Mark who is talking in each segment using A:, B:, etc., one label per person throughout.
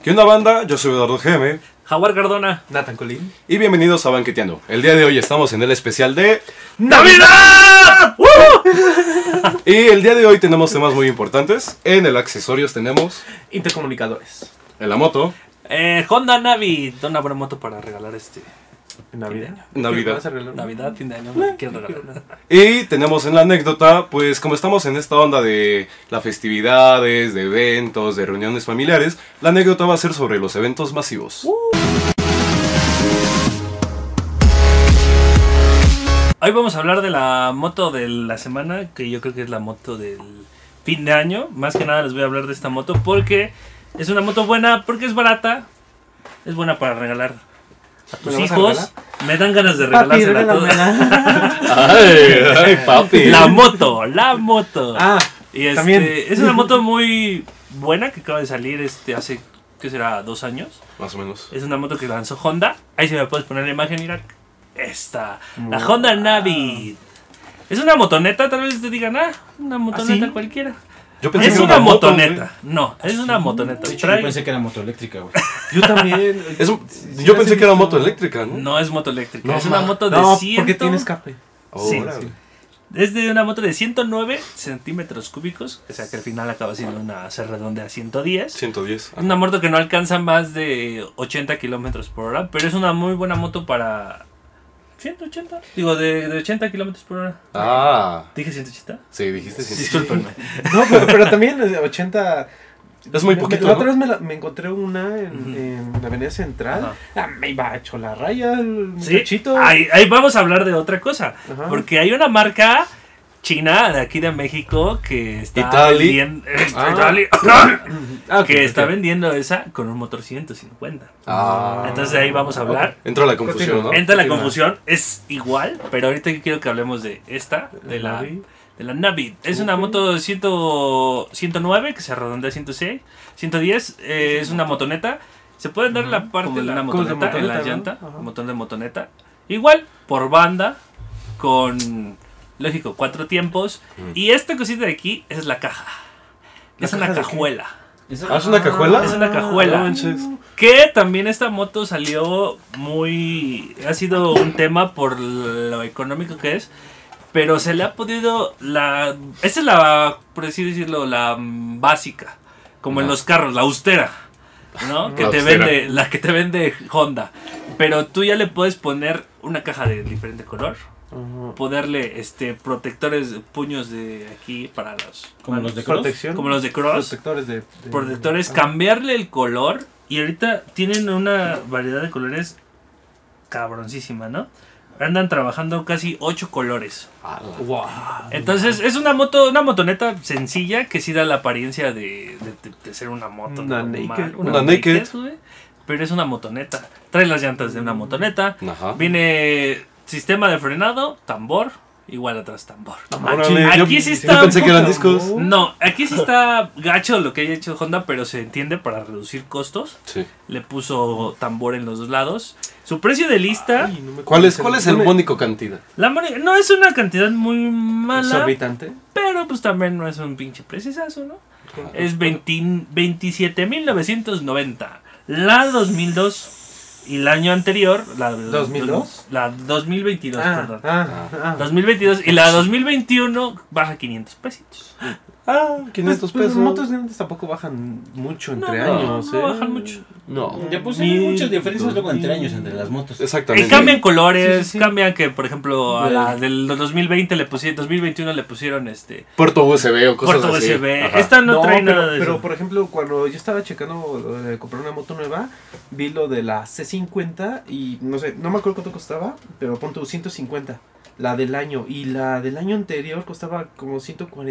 A: ¿Qué onda banda? Yo soy Eduardo GM
B: Jaguar Cardona.
C: Nathan Colín.
A: y bienvenidos a Banqueteando. El día de hoy estamos en el especial de...
B: ¡Navidad! ¡Uh!
A: Y el día de hoy tenemos temas muy importantes. En el accesorios tenemos
C: Intercomunicadores.
A: en la moto,
B: Eh, Honda Navi. Una buena moto para regalar este
C: En Navidad.
A: Navidad.
C: ¿Vas a regalar una?
B: Navidad, fin de año. No quiero regalar nada.
A: Y tenemos en la anécdota, pues como estamos en esta onda de las festividades, de eventos, de reuniones familiares, la anécdota va a ser sobre los eventos masivos.
B: Hoy vamos a hablar de la moto de la semana, que yo creo que es la moto del fin de año. Más que nada les voy a hablar de esta moto porque es una moto buena, porque es barata. Es buena para regalar a
C: ¿Me
B: tus
C: la vas a
B: hijos. Me dan ganas de regalársela a todos.
A: ¡Ay, ay, papi!
B: La moto, la moto.
C: Ah,
B: Y este,
C: También.
B: es una moto muy buena que acaba de salir este hace, ¿qué será? Dos años.
A: Más o menos.
B: Es una moto que lanzó Honda. Ahí se me puedes poner la imagen, mira. Esta, la Honda Navi. Es una motoneta, tal vez te digan, ah, una motoneta
C: sí?
B: cualquiera.
A: Yo
B: Es
A: que
B: una,
A: era moto,
B: motoneta.
A: güey.
B: no, es una motoneta.
D: De hecho,
B: Trae-
D: yo pensé que era moto eléctrica, güey.
C: yo también.
A: Es un-
C: Sí,
A: yo
C: las he
A: pensé que era
C: visto.
A: moto eléctrica, ¿no?
B: No es moto eléctrica,
A: No,
B: es una
A: ma.
B: moto de
C: No,
B: 100.
C: porque tiene escape.
B: Sí.
A: Órale.
B: Es de una moto de 109 centímetros cúbicos, o sea que al final acaba siendo una, se redondea a 110.
A: 110.
B: Es una moto que no alcanza más de 80 kilómetros por hora, pero es una muy buena moto para. 180, digo, de, de 80 kilómetros por hora.
A: Ah,
B: ¿Dije 180?
A: sí, dijiste 110.
B: Discúlpenme.
C: No, pero, pero también es de 80.
A: Es muy
C: Me-
A: poquito,
C: me- la otra
A: ¿no?
C: vez me, la- me encontré una en,
B: Ujú.
C: en la Avenida Central.
B: Ajá.
C: Ah, me iba hecho la raya el
B: Sí,
C: muchachito.
B: ahí, ahí vamos a hablar de otra cosa.
C: Ajá.
B: Porque hay una marca china de aquí de México que está
A: Itali.
B: vendiendo.
A: Ah.
B: Itali.
C: Ah, ok,
B: que está
C: ok.
B: vendiendo esa con un motor 150.
A: Ah.
B: Entonces ahí vamos a hablar.
A: Entra la confusión, ¿no?
C: Continúa.
B: Entra la
C: Continúa.
B: confusión, es igual, pero ahorita yo quiero que hablemos de esta, de la,
C: Navi.
B: de la Navi. Es una
C: Ok.
B: moto 100, 109 que se redondea a 106, 110, eh, es una motoneta. Se puede dar la parte de
C: la-
B: una
C: como de
B: motoneta, en la
C: motoneta, ¿no?
B: llanta,
C: Ajá.
B: un botón de motoneta. Igual, por banda, con, lógico, cuatro tiempos. Y esta cosita de aquí es la caja.
C: Mm. ¿La
B: es una
C: caja de qué?
B: cajuela.
A: Ah, ¿es una cajuela?
B: Es una cajuela.
A: No manches.
B: Que también esta moto salió muy... Ha sido un tema por lo económico que es. Pero se le ha podido... La, esta es la, por así decirlo, la mm, básica. Como en
A: No.
B: los carros, la austera. ¿No? Que
A: La
B: te
A: austera.
B: vende, la que te vende Honda. Pero tú ya le puedes poner una caja de diferente color.
C: Ajá.
B: Ponerle este protectores, puños de aquí para los...
D: Como los de Cross.
C: Protección.
B: Como los de Cross
C: Protectores de. de-
B: protectores,
C: Ah.
B: cambiarle el color. Y ahorita tienen una variedad de colores cabroncísima, ¿no? Andan trabajando casi ocho colores.
C: Wow.
A: Ah,
B: Entonces es una moto, una motoneta sencilla que sí da la apariencia de, de- de- de ser una moto.
C: Una
B: normal,
C: naked.
A: Una naked. Mm.
B: güey, Pero es una motoneta. Trae las llantas de una motoneta.
A: Ajá.
B: Viene sistema de frenado, tambor, igual atrás tambor. No
A: Ah, Órale,
B: manches,
A: yo-
B: aquí sí
A: yo
B: está un
A: pensé que eran
C: poco-
A: discos.
B: no, aquí sí está gacho lo que haya hecho Honda, pero se entiende para reducir costos.
A: Sí.
B: Le puso tambor en los dos lados. Su precio de lista,
C: Ay, no me
A: ¿Cuál es,
C: acuerdo.
A: cuál es el
C: Una-
A: mónico cantidad?
B: la moni- no es una cantidad muy mala,
C: Exorbitante.
B: pero pues también no es un pinche precisazo, ¿no? Es 20 27.990. La 2002 y el año anterior, la
C: ¿2002?
B: La 2022,
C: Ah,
B: perdón.
C: ah, ah.
B: 2022 y la 2021 baja 500 pesitos.
A: Ah,
C: Pues, pues, las motos grandes tampoco bajan mucho entre
B: no,
C: años.
B: no
C: ¿eh?
B: bajan mucho.
A: No.
D: Ya pues
C: Mil
D: hay muchas diferencias luego entre
C: dos mil.
D: años entre las motos.
A: Exactamente.
B: Y Eh, cambian colores,
C: Sí, sí, sí.
B: cambian que, por ejemplo, a
C: Del-
B: la del 2020 le pusieron, 2021 le pusieron este
A: Puerto USB o cosas
B: puerto
A: así.
B: USB.
A: Ajá.
B: Esta no, trae
C: pero,
B: nada de
C: pero,
B: eso.
C: por ejemplo, cuando yo estaba checando lo de comprar una moto nueva, vi lo de la C50 y no sé, no me acuerdo cuánto costaba, pero punto 150, la del año. Y la del año anterior costaba como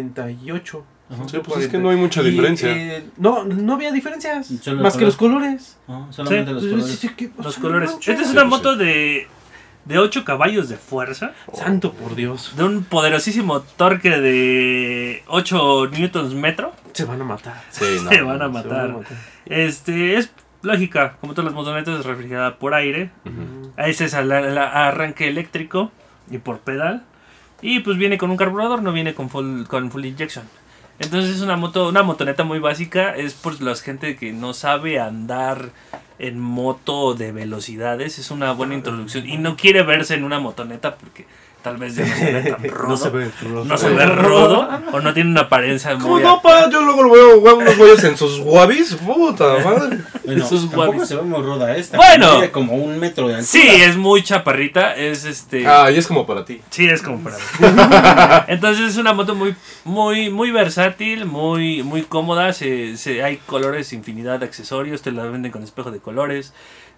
C: 148.
D: Ajá.
A: Sí, pues es que no hay mucha
C: Y,
A: diferencia.
C: eh, no, no había diferencias,
D: Solo el
C: más que
D: color.
C: los colores.
D: No, Ah, solamente los
C: Pues,
D: colores.
C: sí, sí, que- o
B: Los
C: sea,
B: colores.
C: no manches.
B: Esta es una
A: Sí, pues,
B: moto de, de 8 caballos de fuerza,
C: Santo por Dios.
B: de un poderosísimo torque de 8 newtons metro.
C: Se van a matar.
A: Sí, no.
B: Se van a
C: Se van
B: matar. Este es lógica, como todas las motonetas, es refrigerada por aire.
A: Ujú.
B: A ese es al, al arranque eléctrico y por pedal. Y pues viene con un carburador, no viene con full, con full injection. Entonces es una moto, una motoneta muy básica, es por la gente que no sabe andar en moto de velocidades, es una buena introducción y no quiere verse en una motoneta porque tal vez ya no se ve tan rodo, no se ve,
A: rodo.
B: rodo o no tiene una apariencia
A: ¿Cómo
B: muy
A: no, pa? Yo luego lo veo, güey, unos güeyes en sus guabis. Puta madre.
D: Bueno,
B: Esos
D: tampoco
B: guavis.
D: se ve muy ruda esta.
B: Bueno.
D: Tiene como un metro de altura.
B: Sí, es muy chaparrita, es este
A: Ah, y es como para ti.
B: Sí, es como para Entonces es una moto muy, muy, muy versátil, muy, muy cómoda. Se, se- hay colores, infinidad de accesorios. Te la venden con espejo de colores.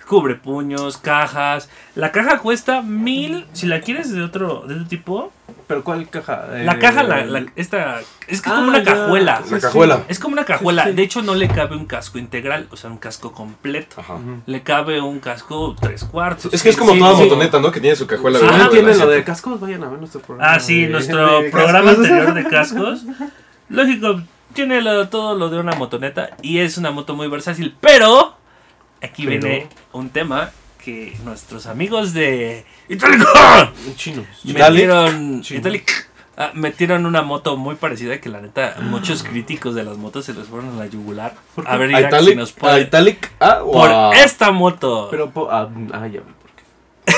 B: Cubre puños, cajas. La caja cuesta mil. Si la quieres de otro, de otro tipo.
C: ¿Pero cuál caja?
B: La
C: Eh, Ah,
B: caja, la, la- esta, es que
A: Ah,
B: es como una
C: ya.
B: cajuela.
A: La cajuela.
B: Es como una cajuela.
C: Sí, sí.
B: De hecho, no le cabe un casco integral, o sea, un casco completo.
A: Ajá.
C: Ujú.
B: Le cabe un casco tres cuartos.
A: Es que es como
B: Sí,
A: toda
B: sí.
A: motoneta, ¿no? Que tiene su cajuela.
C: Si
A: de
B: Ah,
C: no
A: cajuela.
C: entienden lo
B: cierto.
C: de cascos, vayan a ver nuestro programa.
B: Ah, sí,
C: de-
B: nuestro
C: de
B: programa
C: eh, cascos.
B: anterior de cascos. Lógico, tiene lo- todo lo de una motoneta y es una moto muy versátil, pero aquí
C: Pero-
B: viene un tema que nuestros amigos de Itálico
C: Chinos.
A: Italic.
B: metieron,
C: Sí.
B: Italic, ah, metieron una moto muy parecida que la neta muchos críticos de las motos se les fueron a la yugular. A ver,
A: ¿A
B: Irak, si nos
A: Italic?
B: puede-
A: ¿A Italic? Ah, o
B: por este-
A: a-
B: esta moto.
C: Pero, po- ah, ah, ya vi por qué.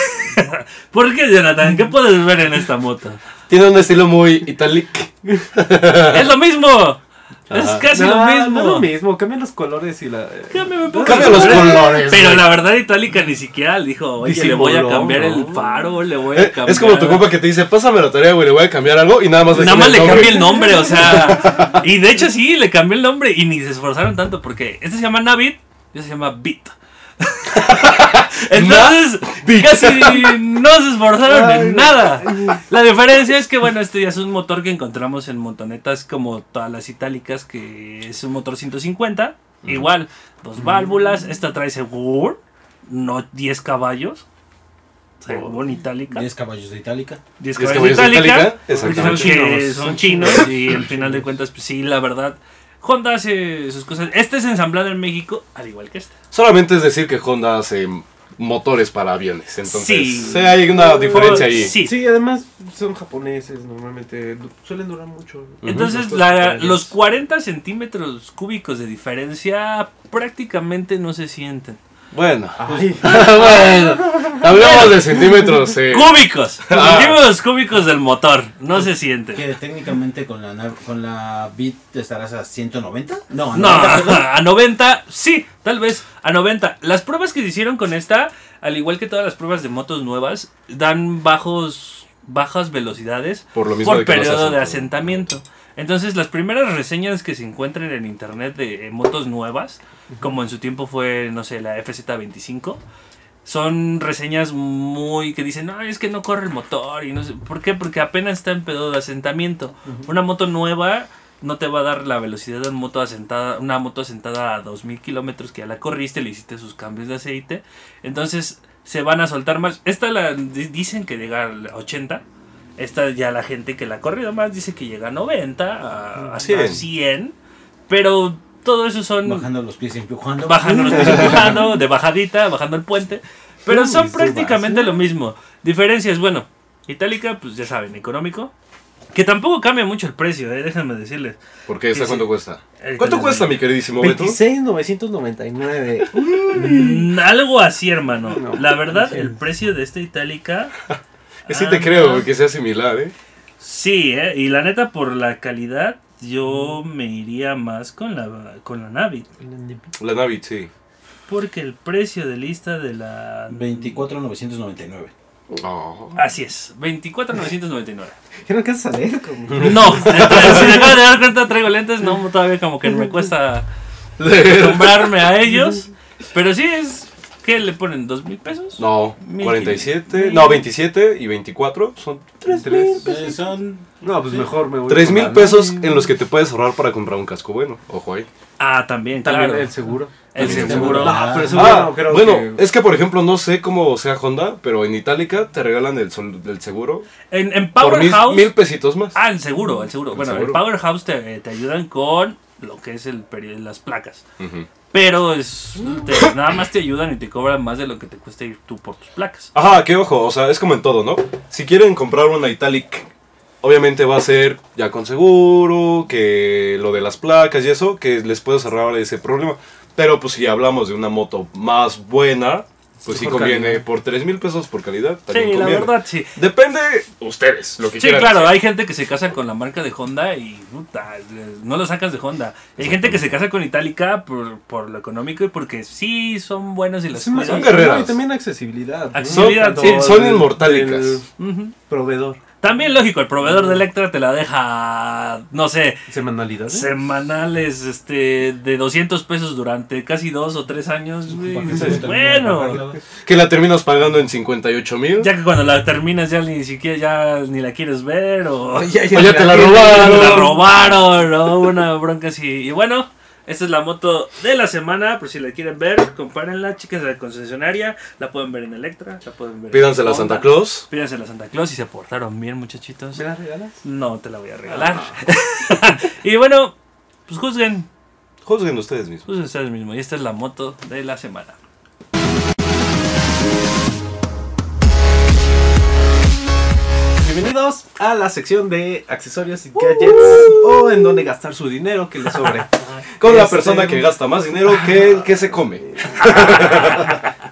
B: ¿Por qué, Jonathan? ¿Qué puedes ver en esta moto?
A: Tiene un estilo muy Italic.
B: es lo mismo. Es
A: Ajá.
B: casi
C: No,
B: lo mismo.
C: No es lo mismo, cambian los colores y la. eh,
B: Cámbiame un poco
A: Cambia
B: los
A: los colores.
B: Pero
A: güey.
B: la verdad Itálica ni siquiera le dijo, oye,
C: Disimuló,
B: le voy a cambiar el
C: ¿no?
B: faro, le voy a
A: Eh,
B: cambiar...
A: Es como tu compa que te dice, pásame la tarea, güey, le voy a cambiar algo y nada más le
B: Nada más le
A: el
B: cambié el
A: nombre.
B: nombre, o sea... Y de hecho sí, le cambié el nombre y ni se esforzaron tanto porque este se llama Navit y este se llama Bit. Entonces, casi no se esforzaron en nada. La diferencia es que, bueno, este ya es un motor que encontramos en montonetas como todas las itálicas, que es un motor 150. Igual, dos válvulas. Esta trae seguro, no 10 caballos. Según itálica.
D: 10 caballos de itálica.
A: ¿Diez
B: 10
A: caballos
B: caballos
A: de
B: itálica.
A: itálica?
B: Son
A: Exactamente.
B: chinos. Son chinos y al final de cuentas, pues sí, la verdad. Honda hace sus cosas. Este es ensamblado en México, al igual que este.
A: Solamente es decir que Honda hace motores para aviones, entonces
B: Sí. Uh,
A: sí, hay una diferencia ahí.
B: Sí.
C: Sí, además son japoneses normalmente. du- Suelen durar mucho.
B: Entonces,
C: Estos
B: la-
C: japoneses.
B: los 40 centímetros cúbicos de diferencia prácticamente no se sienten.
A: Bueno,
B: Ah.
C: Ay,
A: bueno, hablamos de centímetros. eh.
B: ¡Cúbicos!
A: Ah.
B: Centímetros cúbicos del motor. No se sienten.
D: Que técnicamente con la, nav- con la bit estarás a 190. No, a
B: No,
D: 90, perdón.
B: a 90, sí, tal vez, a 90. Las pruebas que se hicieron con esta, al igual que todas las pruebas de motos nuevas, dan bajos, bajas velocidades
A: Por lo mismo de que no se
B: periodo de
A: hacen.
B: asentamiento. Entonces, las primeras reseñas que se encuentren en internet de eh, motos nuevas, como en su tiempo fue, no sé, la FZ25, son reseñas muy que dicen, no, es que no corre el motor y no sé, ¿por qué? Porque apenas está en pedo de asentamiento. Una moto nueva no te va a dar la velocidad de una moto asentada, una moto asentada a 2000 kilómetros que ya la corriste, le hiciste sus cambios de aceite, entonces se van a soltar más. Esta la di- dicen que llega a 80. Esta ya la gente que la ha corrido más dice que llega a 90, a, hasta
A: 100.
B: 100, pero todo eso son
D: Bajando los pies y empujando.
B: bajando los pies empujando, de bajadita, bajando el puente. Pero
D: Uy,
B: son
D: tú
B: prácticamente
D: vas.
B: lo mismo. Diferencias, bueno, Itálica, pues ya saben, económico. Que tampoco cambia mucho el precio, eh, déjenme decirles.
A: ¿Por qué? ¿Esa
B: Sí,
A: cuánto
B: sí.
A: cuesta?
B: Ahorita
A: ¿Cuánto
B: les
A: cuesta, mi queridísimo Beto?
C: 26,999.
B: Mm, algo así, hermano.
C: No,
B: La verdad,
C: sí.
B: el precio de esta Itálica.
A: Que sí te
B: anda-
A: creo que sea similar, ¿eh?
B: Sí, eh, y la neta, por la calidad, yo me iría más con la, con la Navi.
A: La Navi, sí.
B: Porque el precio de lista de la.
D: 24,999.
A: Oh.
B: Así es, 24,999.
C: ¿Qué no quieres saber? como-
B: No, entonces, si me acabo de dar cuenta, traigo lentes, no, todavía como que me cuesta acostumbrarme a ellos. Pero sí es, ¿qué le ponen? ¿Dos mil pesos?
A: No,
B: Mil
A: 47,
B: quinientos.
A: no, 27 y 24 son 3
D: Eh, son
C: No, pues mejor me voy. con
A: mil
C: la-
A: pesos en los que te puedes ahorrar para comprar un casco bueno. Ojo ahí.
B: Ah, también,
C: También
B: claro.
C: el seguro.
B: El seguro.
C: Ah, pero el seguro
A: Ah,
C: no creo
A: bueno,
C: que-
A: es que por ejemplo, no sé cómo sea Honda, pero en Itálica te regalan el, sol- el seguro
B: En, en
A: por mil,
B: Powerhouse.
A: mil pesitos más.
B: Ah, el seguro, el seguro.
A: El
B: bueno, en
A: seguro.
B: Powerhouse te, te ayudan con lo que es el peri- las placas.
A: Ujú.
B: Pero es, te- nada más te ayudan y te cobran más de lo que te cuesta
A: Ah,
B: ir tú por tus placas.
A: Ajá, qué ojo, o sea, es como en todo, ¿no? Si quieren comprar una Italic Obviamente va a ser ya con seguro, que lo de las placas y eso, que les puedo cerrar ese problema. Pero pues si hablamos de una moto más buena, pues sí
C: Por
A: conviene
C: calidad.
A: por 3 mil pesos por calidad. También
B: Sí, la
A: conviene.
B: verdad, sí.
A: Depende ustedes, lo que
B: Sí,
A: quieran.
B: claro, hay gente que se casa con la marca de Honda y puta, no lo sacas de Honda. Hay gente que se casa con Itálica por, por lo económico y porque sí son buenos y las
C: Es más,
A: son
C: y-
B: cuidan.
A: guerreras.
C: no, y también accesibilidad. ¿no?
A: Son,
B: Accesibilidad,
A: sí,
C: Tanto
A: son
C: del-
A: inmortálicas.
C: del
B: Ujú.
C: proveedor.
B: También lógico, el proveedor de Electra te la deja, no sé,
C: Semanalidad. ¿eh?
B: semanales este de 200 pesos durante casi dos o tres años. güey.
D: Para que se
B: Dices,
D: termine de
B: Bueno,
D: pagarlo.
A: Que la terminas pagando en 58 mil.
B: ya que cuando la terminas ya ni siquiera ya ni la quieres ver o...
C: Ya,
A: O ya te la robaron.
B: La robaron, ¿no? Una bronca así. Y bueno, esta es la moto de la semana. Por si la quieren ver, compárenla, chicas de la concesionaria. La pueden ver en Electra, la pueden ver en
A: Pídansela a
B: Honda.
A: Santa Claus.
B: Pídansela a Santa Claus y se portaron bien, muchachitos.
C: ¿Me la regalas?
B: No te la
C: Ah.
B: voy a regalar. y bueno, pues juzguen,
A: Juzguen ustedes mismos.
B: juzguen ustedes mismos. Y esta es la moto de la semana.
C: Bienvenidos a la sección de accesorios y gadgets o en donde gastar su dinero que le sobre.
A: Con la
C: Este- ah.
A: persona que gasta más dinero que el que se come.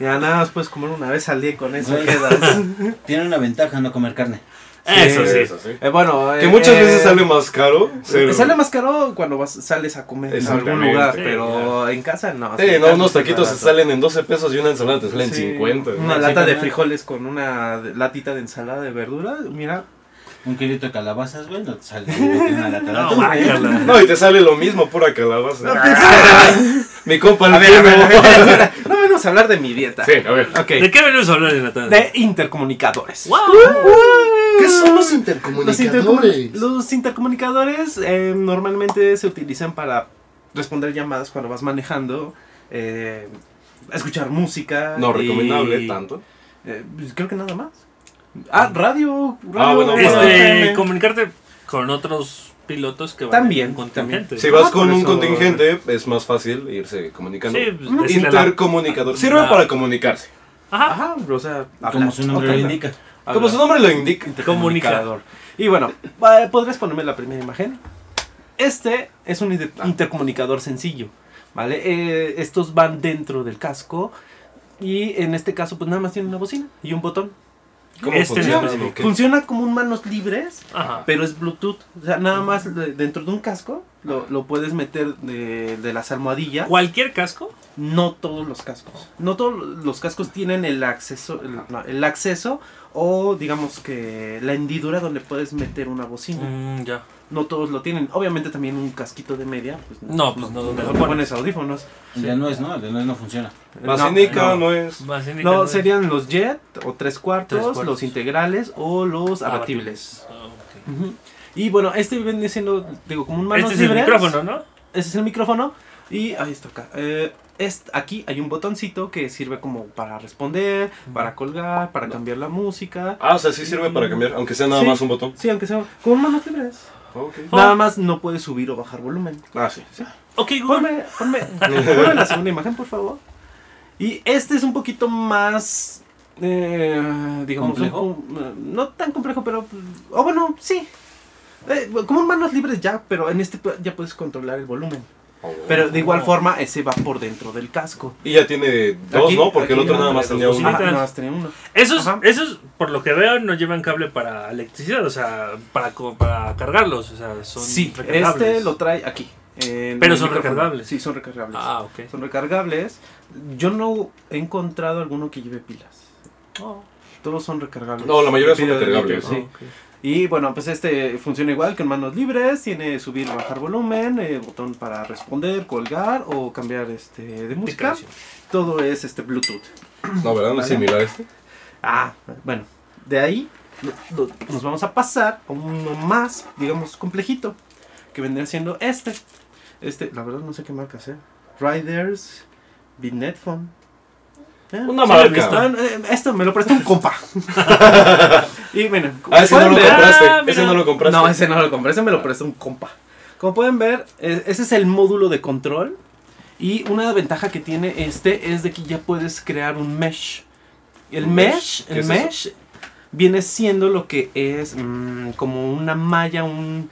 C: Ya nada más puedes comer una vez al día y con eso
D: Güey.
C: quedas.
D: Tiene una ventaja no comer carne.
B: Eso sí.
C: Eh, bueno,
A: Que
C: eh,
A: muchas
C: eh,
A: veces sale más caro. ser-
C: eh, Sale más caro cuando vas, sales a comer en algún
A: Exactamente.
C: lugar,
B: Sí,
C: pero en casa no.
A: Sí,
C: en
A: no,
C: casa
A: unos
C: sí es
A: taquitos se
C: barato.
A: salen en 12 pesos y una ensalada te sale en
C: Sí,
A: 50.
C: Una
D: Sí,
C: lata de
D: carnal.
C: frijoles con una de- latita de ensalada de verdura, mira.
D: Un kilito de calabazas, güey, no te sale de una lata de
B: No,
D: atún, güey.
B: guácala.
A: No, y te sale lo mismo, pura calabaza. Mi compa el
C: A ver, a ver, a ver,
A: primo.
C: a ver, a ver, No venimos a hablar de mi dieta.
A: Sí, a ver.
C: Ok.
B: ¿De qué venimos a hablar, Jonathan?
C: De Uh, intercomunicadores.
B: ¡Wow!
E: ¿Qué son los
C: Mm. Los,
E: intercomunicadores?
C: intercomu- los intercomunicadores eh, normalmente se utilizan para responder llamadas cuando vas manejando, eh, escuchar música.
A: No
C: y-
A: recomendable tanto.
C: eh, pues, creo que nada más. Ah, radio. radio
A: Ah, bueno,
C: este,
B: Este,
C: FM.
B: comunicarte con otros pilotos que van
C: También,
B: con
C: también.
B: gente.
A: Si vas
C: Ah,
A: con
C: por
A: un
C: eso-
A: contingente, es más fácil irse comunicando.
B: Sí, pues, decirle a la-
A: Intercomunicador. Sirve
B: Ah.
A: para comunicarse.
B: Ajá.
C: Ajá, o sea,
D: Como su nombre lo indica.
A: Como su nombre lo indica.
C: Comunicador. Y bueno, va- ¿podrías ponerme la primera imagen? Este es un inter- intercomunicador sencillo, ¿vale? Eh, estos van dentro del casco y en este caso pues nada más tiene una bocina y un botón.
A: ¿Cómo
B: Este
A: funciona?
B: no es-
A: ¿Qué?
C: Funciona como un manos libres,
B: Ajá.
C: pero es Bluetooth. O sea, nada más de- dentro de un casco lo, lo puedes meter de, de las almohadillas.
B: Cualquier casco.
C: No todos los cascos. No todos los cascos tienen el acceso, el, no, el acceso o digamos que la hendidura donde puedes meter una bocina.
B: Mm, ya.
C: No todos lo tienen. Obviamente también un casquito de media. Pues,
B: No, pues no, donde
C: te
B: lo pones.
C: pones audífonos.
D: El de nuez, ¿no? El de nuez no funciona.
A: Basinica
B: No,
A: no es.
B: Más indica,
C: No,
B: ¿no?
C: serían los jet o tres cuartos,
B: Tres cuartos.
C: los integrales o los abatibles.
B: Ah, ok.
C: Ujú. Y bueno, este viene siendo, digo, como un manos
B: Este es el
C: libres.
B: micrófono, ¿no?
C: Ese es el micrófono. Y ahí está acá. Eh, es- aquí hay un botoncito que sirve como para responder, para colgar, para cambiar la música.
A: Ah, o sea, sí sirve para cambiar, aunque sea nada
C: Sí.
A: más un botón.
C: Sí, aunque sea con manos libres.
A: Ok.
C: Nada más no puedes subir o bajar volumen.
A: Ah, sí. sí.
B: Ok, Google.
C: Ponme, ponme, ponme la segunda imagen, por favor. Y este es un poquito más, eh, digamos,
D: ¿Complejo?
C: un po- no tan complejo, pero, mm, o bueno, sí. Eh, como en manos libres ya, pero en este pu- ya puedes controlar el volumen. Pero de
A: Oh.
C: igual forma, ese va por dentro del casco.
A: Y ya tiene dos,
C: Aquí-
A: ¿no? Porque el
C: aquí
A: otro
C: ya
A: nada
C: tiene
A: más
B: dos
A: tenía uno.
C: Ajá,
B: bocinitas.
C: nada más tenía uno.
B: Esos,
C: Ajá.
B: esos, por lo que veo, no llevan cable para electricidad, o sea, para, co- para cargarlos, o sea, son
C: Sí,
B: recargables.
C: este lo trae aquí. en
B: Pero
C: el
B: son
C: micrófono.
B: recargables.
C: Sí, son recargables.
B: Ah, ok.
C: Son recargables. Yo no he encontrado alguno que lleve pilas.
B: Oh,
C: Todos son recargables.
A: No, la mayoría son
C: Pila de
A: recargables,
C: litio,
A: ¿no?
C: sí. Y bueno, pues este funciona igual que en manos libres, tiene subir, bajar volumen, eh, botón para responder, colgar o cambiar este de música.
B: Decoración.
C: Todo es este Bluetooth.
A: No, ¿verdad? No es
C: Vale.
A: similar este.
C: Ah, bueno, de ahí lo- lo- nos vamos a pasar a uno más, digamos, complejito, que vendría siendo este. Este, la verdad no sé qué marca sea. Riders Binetphone. Eh,
A: Una
C: sí,
A: marca.
C: lo he visto. Ah, eh, Esto me lo prestó un compa. y miren,
A: Ah, ese no
C: pueden
A: lo
C: ver-
A: compraste.
B: Ah,
A: ese
B: mira.
A: no lo compraste.
C: no, ese no lo compré, ese me lo prestó un compa. Como pueden ver, e- ese es el módulo de control. Y una ventaja que tiene este es de que ya puedes crear un mesh. El
A: ¿Un
C: mesh,
A: mesh? ¿Qué
C: el
A: es
C: mesh, viene siendo lo que es mm, como una malla, un...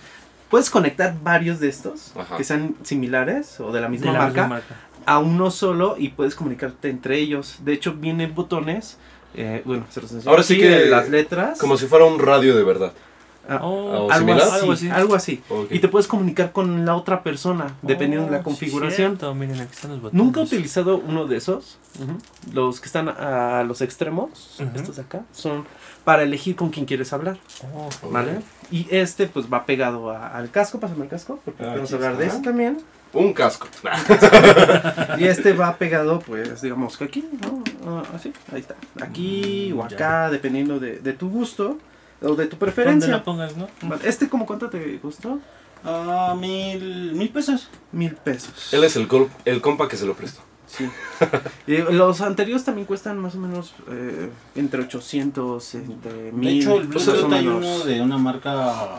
C: Puedes conectar varios de estos
A: Ajá.
C: que sean similares o de la misma
B: de la
C: marca
B: misma marca.
C: a uno solo y puedes comunicarte entre ellos. De hecho, vienen botones. eh, bueno, se los enseño
A: Ahora sí
C: aquí,
A: que-
C: eh, las letras.
A: Como si fuera un radio de verdad.
C: Ah,
B: Oh,
A: o
C: algo,
A: similar.
C: así,
B: Algo así.
C: algo así.
A: Ok.
C: Y te puedes comunicar con la otra persona, dependiendo de
B: Oh,
C: la
B: sí,
C: configuración.
B: cierto, miren, aquí están los botones.
C: Nunca he utilizado uno de esos. Los que están a los extremos,
B: Ujú.
C: estos de acá, son para elegir con quién quieres hablar.
B: Oh,
A: Ok.
C: ¿Vale? Y este pues va pegado a- al casco, pásame el casco, porque
A: Ah,
C: vamos
A: aquí
C: a hablar de
A: está.
C: eso también.
A: Un casco.
C: Y este va pegado pues digamos que aquí, ¿no? Ah, así, ahí está. Aquí
D: Mm,
C: o
D: ya.
C: acá, dependiendo de, de tu gusto o de
B: ¿Dónde
C: tu preferencia.
B: la pongas, no?
C: Vale, ¿Este como cuánto te gustó?
D: Ah, mil, mil pesos.
C: Mil pesos.
A: Él es el, col- el compa que se lo prestó.
C: Sí. Eh, los anteriores también cuestan más o menos eh, entre 800, entre 1000.
D: De hecho, el
C: más
D: Bluetooth
C: o
D: hay
C: menos.
D: uno de una marca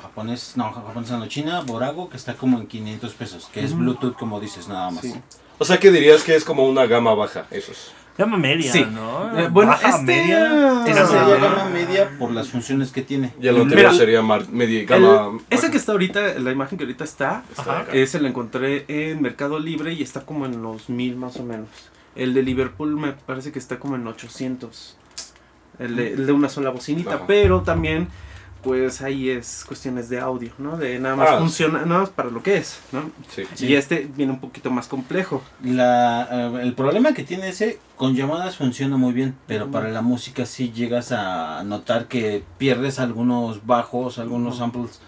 D: japonés, no, japonesa no, china, Borago, que está como en 500 pesos, que es
C: Ujú.
D: Bluetooth, como dices, nada más.
C: Sí.
A: O sea que dirías que es como una gama baja, esos.
B: Llama media,
C: Sí.
B: ¿no?
C: Eh, bueno,
B: Baja
C: este-
B: media.
D: Esa
C: Ah.
D: sería
B: Tirando-
D: gama media por las funciones que tiene.
A: Y el
C: Mira,
A: anterior sería mar- media
C: El-
A: gama.
C: ese
A: baja.
C: que está ahorita, la imagen que ahorita está,
A: Está acá.
C: ese lo encontré en Mercado Libre y está como en los 1000 más o menos. El de Liverpool me parece que está como en 800. El de, el de una sola bocinita,
A: Ajá.
C: pero también pues ahí es cuestiones de audio, ¿no? De nada más
A: Ah.
C: funciona, nada más para lo que es, ¿no?
A: Sí.
D: Sí.
C: Y este viene un poquito más complejo.
D: La, eh, el problema que tiene ese, con llamadas funciona muy bien, pero para la música sí llegas a notar que pierdes algunos bajos, algunos
C: Ujú.
D: samples,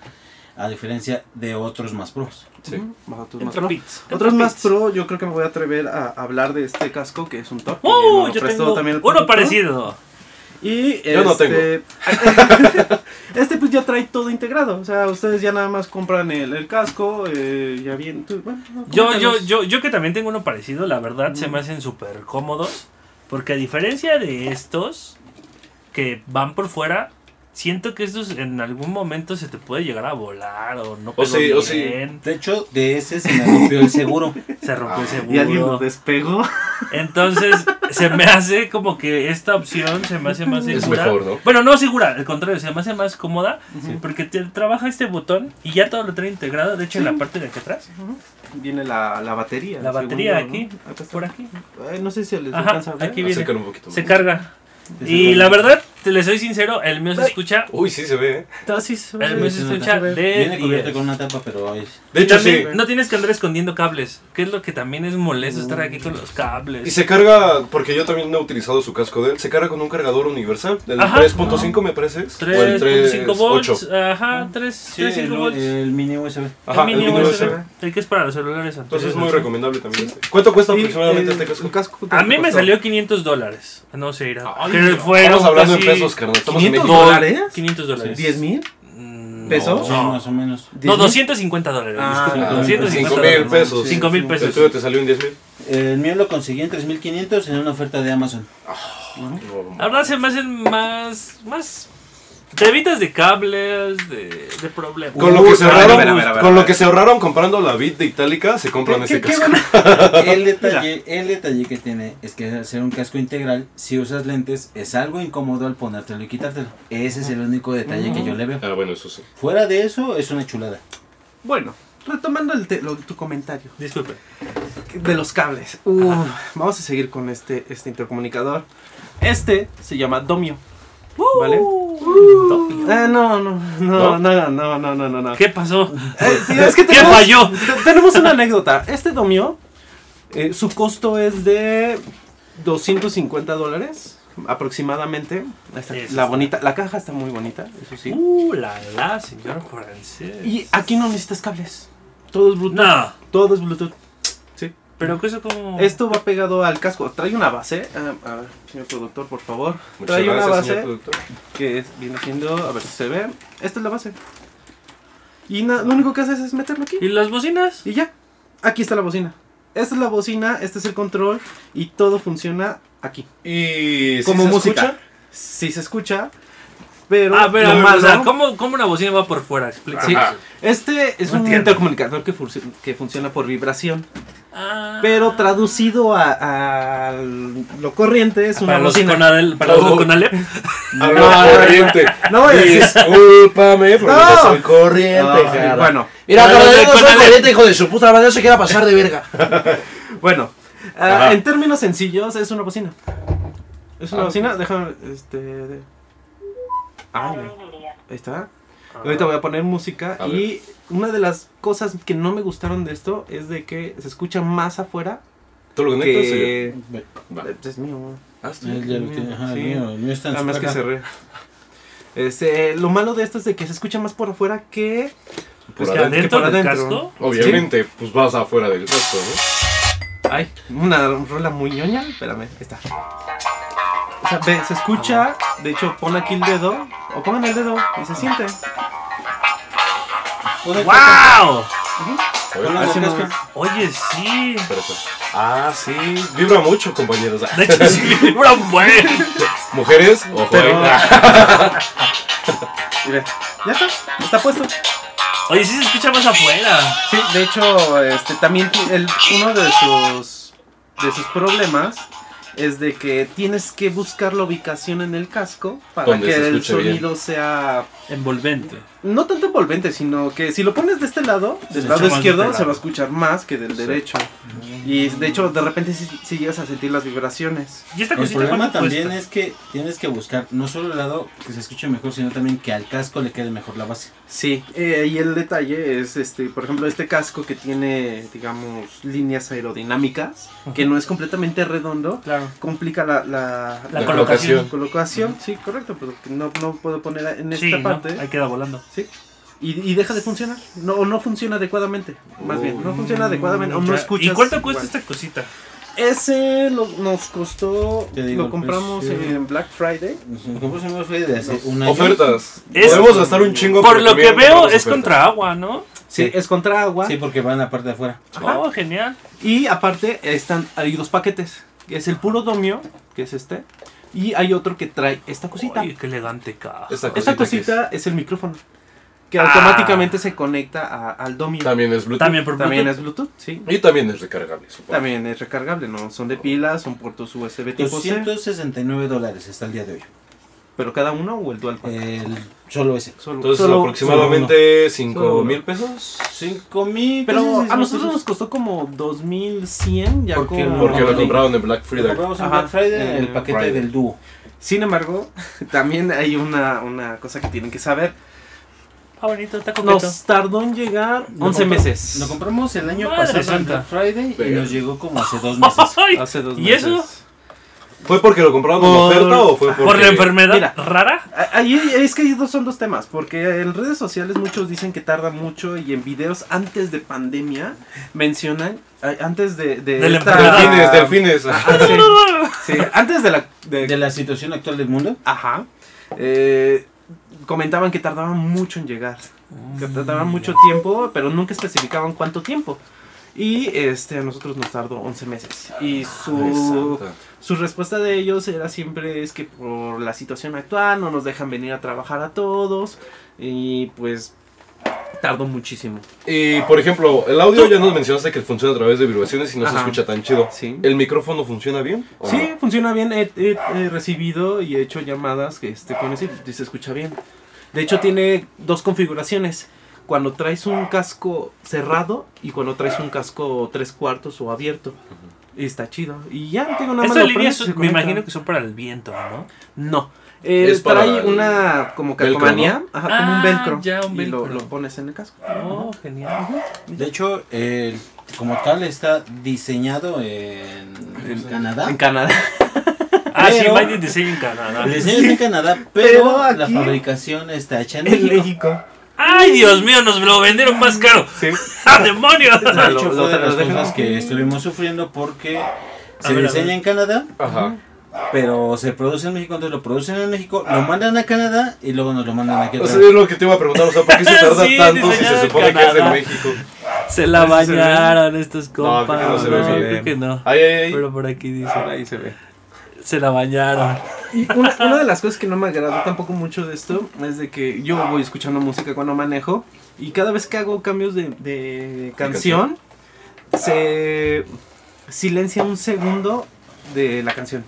D: a diferencia de otros más pros.
A: Sí.
C: Ujú, más otros más
B: Entra
C: pro.
B: Pits.
C: Otros más pro, yo creo que me voy a atrever a hablar de este casco que es un top. que
B: ¡Uh!
C: me lo
B: yo
C: prestó
B: tengo
C: también el
B: uno
C: productor.
B: parecido.
C: Y
A: Yo no
C: este, este pues ya trae todo integrado. O sea, ustedes ya nada más compran el, el casco, eh, ya bien. tú- bueno, no,
B: Yo, yo,
C: coméntanos.
B: yo, yo que también tengo uno parecido, la verdad se me hacen súper cómodos. Porque a diferencia de estos que van por fuera, siento que estos en algún momento se te puede llegar a volar o no pegó
A: sí, o sí.
B: bien,
D: De hecho, de ese se me rompió el seguro.
B: se rompió el seguro.
C: Y alguien lo despegó.
B: Entonces, se me hace como que esta opción se me hace más
A: Es
B: segura.
A: mejor, ¿no?
B: Bueno, no segura, al contrario, se me hace más cómoda porque te trabaja este botón y ya todo lo trae integrado. De hecho, en la parte de aquí atrás,
C: Viene la, la batería.
B: La
C: según
B: batería
C: yo, ¿no?
B: aquí,
C: Acá está.
B: por aquí,
C: Eh, no sé si les
B: Ajá,
C: alcanza a ver.
B: aquí. Qué bien.
A: Acércalo un poquito.
B: se
A: más.
B: carga. Y la verdad, te le soy sincero, el mío se escucha.
A: Uy, sí se ve. ¿eh?
C: Está, Ah, sí, se ve,
B: El mío
C: sí
B: se
D: sí,
B: escucha
C: se ve.
B: de
D: Viene cubierto
B: 10.
D: con una tapa, pero es...
A: De
B: Y
A: hecho, este sí.
B: también, no tienes que andar escondiendo cables, que es lo que también es molesto estar aquí con los cables.
A: Y se carga, porque yo también he utilizado su casco de él, se carga con un cargador universal, del
B: Ajá.
A: 3.5 me parece. es, o el
B: 3.5 volts,
A: 3.8.
B: ajá, 3,
D: Sí,
B: 3.5
D: el,
B: volts.
D: el mini USB.
A: Ajá,
B: el mini
A: el mini
B: USB,
A: USB.
B: el que es para los celulares
A: Entonces es
B: anteriores.
A: muy recomendable también este. ¿Cuánto cuesta aproximadamente este casco?
B: A mí me salió 500 dólares. No sé, irá.
A: Ay,
B: Pero
A: mira,
B: fueron
A: Ah, Estamos hablando
B: casi
A: en pesos, carnal. Estamos en
C: 500
A: México.
C: dólares.
B: 500 dólares.
C: ¿10 mil?
B: Mm,
C: ¿Pesos?
D: Sí,
B: No,
D: más o menos.
B: no 250 dólares.
C: Ah,
B: disculpa,
D: ah,
B: 250
A: cinco
B: dólares.
A: mil pesos.
B: 5 mil
A: El tuyo
B: pesos.
A: te salió en 10 mil.
D: El mío lo conseguí en 3500 en una oferta de Amazon.
B: La verdad se me hacen más. más te evitas de cables, de, de problemas.
A: Con lo, que se
C: a ver,
A: ahorraron,
C: a ver, a ver, a ver.
A: con lo que se ahorraron comprando la bit de Itálica, se compran este casco.
D: el, detalle, el detalle que tiene es que al ser un casco integral, si usas lentes, es algo incómodo al ponértelo y quitártelo. Ese es el único detalle que yo le veo.
A: Ah, bueno, eso sí.
D: Fuera de eso, es una chulada.
C: Bueno, retomando el te- lo- tu comentario.
B: Disculpe.
C: De los cables. Uh, vamos a seguir con este, este intercomunicador. Este se llama Domio. ¿Vale? Ah, no, no, no,
A: ¿No?
C: no, no, no, no, no. no.
B: ¿Qué pasó?
C: Eh, tío, es que
B: ¿Qué
C: tenemos,
B: falló?
C: te- tenemos una anécdota. Este Domio, eh, su costo es de 250 dólares aproximadamente. Ahí está,
B: Eso
C: la
B: está.
C: bonita, la caja está muy bonita, eso sí.
B: Uh, la la, señor francés.
C: Y ah, aquí no necesitas cables. Todo es Bluetooth.
B: No,
C: Todo es Bluetooth. Sí.
B: pero que eso como.
C: Esto va pegado al casco. Trae una base. ah, a ver, señor productor, por favor.
A: Muchas
C: Trae una
A: gracias, señor
C: base
A: productor.
C: que es- viene siendo. A ver si se ve. Esta es la base. Y na- lo único que haces es meterlo aquí.
B: ¿Y las bocinas?
C: Y ya. Aquí está la bocina. Esta es la bocina, este es el control. Y todo funciona aquí.
A: Y. ¿sí
C: Como
A: se
C: música.
A: escucha?
C: Si se escucha. Pero.
B: Ah, pero,
C: lo
B: o sea,
C: logró.
B: ¿cómo, cómo una bocina va por fuera? Explica.
C: Sí.
A: Ajá.
C: Este es
B: No
C: un
B: entiendo.
C: intercomunicador que, func- que funciona por vibración.
B: Ah.
C: Pero traducido a, a lo corriente es una
B: Ah, para los
C: bocina.
B: con Adel- para los
A: Oh.
B: con Alep.
A: Hablo corriente.
C: No voy a decir.
A: Discúlpame, porque no,
C: No.
A: soy corriente,
C: No,
A: cara.
C: Ah, bueno,
E: Mira,
B: Bueno,
E: cabrón,
B: de-
E: no
B: con
E: soy
B: Ale-
E: corriente, hijo de su puta madre, no se quiera pasar de verga.
C: bueno. ah,
A: Ajá.
C: en términos sencillos, es una bocina. Es una
A: Ah.
C: bocina, déjame. Este. de- Ah, güey. Ahí está. Ahorita voy a poner música.
A: A
C: y una de las cosas que no me gustaron de esto es de que se escucha más afuera
A: ¿Tú lo conectas? señor?
C: que.
D: Ve,
A: Va.
C: Eh, pues Es mío. Ah, sí,
D: él ya lo tiene, ajá, el
C: sí.
D: mío, el mío está en
C: Nada
D: su
C: más que
D: caja.
C: se ríe. Este, lo malo de esto es de que se escucha más por afuera que. pues,
A: Por
C: que
A: adentro.
B: adentro
C: por
B: del
C: adentro.
B: casco.
A: Obviamente, pues vas afuera del casco, ¿no?
C: Ay, una rola muy ñoña. Espérame, ahí está. O sea, ve, se escucha. De hecho, pon aquí el dedo. O pongan el dedo y se siente.
D: Ponle
B: ¡Wow!
A: Oye,
D: Ponle
A: ah,
D: el
A: sí,
D: casco.
B: Oye, sí.
A: espera, espera. Ah, sí, vibra mucho, compañeros. Ah,
B: De hecho, sí, bro, güey.
A: Mujeres, ojo,
C: Pero-
A: eh.
C: Mira, ya está. Está puesto.
B: Oye, sí se escucha más afuera.
C: Sí, de hecho, este, también ti- el, uno de sus, de sus problemas es de que tienes que buscar la ubicación en el casco para
A: Donde
C: que
A: se
C: el
A: escuche bien.
C: sonido sea
B: Envolvente.
C: no tanto envolvente, sino que si lo pones de este lado, del
B: Se
C: lado
B: escucha más
C: izquierdo,
B: de este
C: se va a
B: lado.
C: escuchar más que del derecho.
B: Mm.
C: Y de hecho, de repente si llegas a sentir las vibraciones.
B: ¿Y esta
D: El
B: cosita
D: problema
B: cuánto
D: también
B: cuesta?
D: es que tienes que buscar no solo el lado que se escuche mejor, sino también que al casco le quede mejor la base.
C: Sí, eh, y el detalle es, este, por ejemplo, este casco que tiene, digamos, líneas aerodinámicas, que no es completamente redondo,
B: Claro.
C: complica la, la,
B: La
A: La
B: colocación.
A: colocación.
C: colocación. Sí, correcto, pero que no, no puedo poner en esta
B: Sí, ¿no?
C: parte.
B: ahí queda volando.
C: Sí. Y, y deja de funcionar. No, o no funciona adecuadamente. Más
A: Uy.
C: bien, no funciona adecuadamente. O no
B: Oh, mm, Ya.
C: escuchas.
B: ¿Y cuánto cuesta
C: igual.
B: esta cosita?
C: Ese lo- nos costó.
D: Te digo
C: lo
D: el
C: compramos
D: precio.
C: en Black Friday.
D: Nosotros hemos ido de hace un año.
A: Ofertas.
B: Es-
A: Podemos gastar un chingo.
B: Por
A: pero
B: lo que
A: también
B: veo,
A: compramos
B: es
A: ofertas.
B: contra agua, ¿no?
C: Sí,
D: Sí.
C: es contra agua.
D: Sí, porque va en la parte de afuera.
C: Ajá.
B: Oh, genial.
C: Y aparte, están, hay dos paquetes. Que es el puro domio, que es este. Y hay otro que trae esta cosita.
B: Oye, qué elegante caja.
A: Esta cosita,
C: Esta
A: que
C: cosita es el micrófono. Que
B: Ah.
C: automáticamente se conecta a- al domio.
A: es- también es Bluetooth.
B: También por
C: También
B: Bluetooth.
C: es Bluetooth, sí.
A: Y también es recargable, supongo.
C: También es recargable, no son de pilas, son puertos USB tipo C.
D: 269 dólares está el día de hoy.
C: Pero cada uno o el dual pack.
D: El, solo ese.
C: Solo-
A: Entonces,
C: solo-
A: aproximadamente 5
C: Solo
A: mil pesos.
D: 5 mil.
C: Pero a nosotros nos costó como 2100 ya
D: Porque
C: con-
D: No,
A: Porque lo
D: no.
A: compraron en Black Friday.
D: compramos en
C: Ajá.
D: Black Friday
C: Eh,
D: el paquete
A: Friday.
D: del dúo.
C: Sin embargo, también hay una, una cosa que tienen que saber.
B: Ah, bonito, está coqueto.
C: Nos tardó en llegar
D: Lo
C: 11
D: compra-
C: meses.
D: Lo compramos el año
B: Madre
D: pasado en
B: santa.
D: Black Friday y
A: Verga.
D: nos llegó como hace dos meses.
B: Ay,
C: Hace dos
B: ¿Y
C: meses.
B: eso?
A: ¿Fue porque lo compraron en
C: Por-
A: oferta o fue porque...
B: ¿Por la enfermedad
C: Mira.
B: rara?
C: A- Ahí es que hay dos, son dos temas, porque en redes sociales muchos dicen que tarda mucho y en videos antes de pandemia mencionan, a- antes de... de
B: De la
C: esta-
A: Delfines, delfines.
C: Ah, sí. Sí, antes de la... de-
D: De la situación actual del mundo.
C: Ajá. Eh, comentaban que tardaban mucho en llegar. Que tardaban mucho tiempo, pero nunca especificaban cuánto tiempo. Y este, a nosotros nos tardó 11 meses. Y
A: Ay,
C: su,
A: santa.
C: su respuesta de ellos era siempre es que por la situación actual no nos dejan venir a trabajar a todos. Y pues tardó muchísimo.
A: Y por ejemplo, el audio ya nos mencionaste que funciona a través de vibraciones y no se
C: Ajá.
A: escucha tan chido.
C: Sí.
A: ¿El micrófono funciona bien? o
C: Sí,
A: no?
C: funciona bien. He, he- he recibido y he hecho llamadas que este, con ese y se escucha bien. De hecho, tiene dos configuraciones. Cuando traes un casco cerrado y cuando traes un casco tres cuartos o abierto. Y está chido. Y ya tengo nada más.
B: Estas
C: lo
B: líneas
C: prendes y se
B: me
C: conecta.
B: imagino que son para el viento, ¿no?
C: No. Eh,
A: Es para
C: trae
A: el
C: una como
A: velcro,
C: calcomanía. Ajá, como un
B: Ah,
C: velcro.
B: ya, un
C: y lo-
B: velcro.
C: Lo, pones en el casco.
B: Oh, genial.
D: De hecho, el- como tal está diseñado en, en Canadá.
C: En Canadá.
B: Ah, sí,
D: Pero-
B: Biden Design Canadá.
D: El diseño es en Canadá, pero,
C: Pero aquí-
D: la fabricación está hecha en
C: En
D: México.
C: México.
B: Ay, Dios mío, nos lo vendieron más caro.
C: Sí.
B: ¡Ah, demonios!
D: De
C: Lo-
D: hecho,
C: lo-
D: fue de
C: lo
D: las
C: dejan-
D: cosas que estuvimos sufriendo porque se
B: ver, a ver.
D: diseña en Canadá,
A: Ajá.
D: pero se produce en México, entonces lo producen en México, lo mandan a Canadá y luego nos lo mandan aquí
A: Ah, O
D: otra
A: sea,
D: vez.
A: es lo que te iba a preguntar, o sea, ¿por qué se tarda
B: Sí,
A: tanto si
B: diseñado
A: se
B: en
A: supone que es de
B: Canadá.
A: México?
B: Se la
C: ¿Así se ve?
B: bañaron estos
A: No, creo
B: compas.
A: que no se ve
B: No,
A: bien.
B: creo que no.
A: Ay, ay, ay.
B: Pero por aquí dice,
C: Ahí se ve.
B: se la bañaron.
C: Y una, una de las cosas que no me agradó tampoco mucho de esto es de que yo voy escuchando música cuando manejo y cada vez que hago cambios de, de canción, se silencia un segundo de la canción.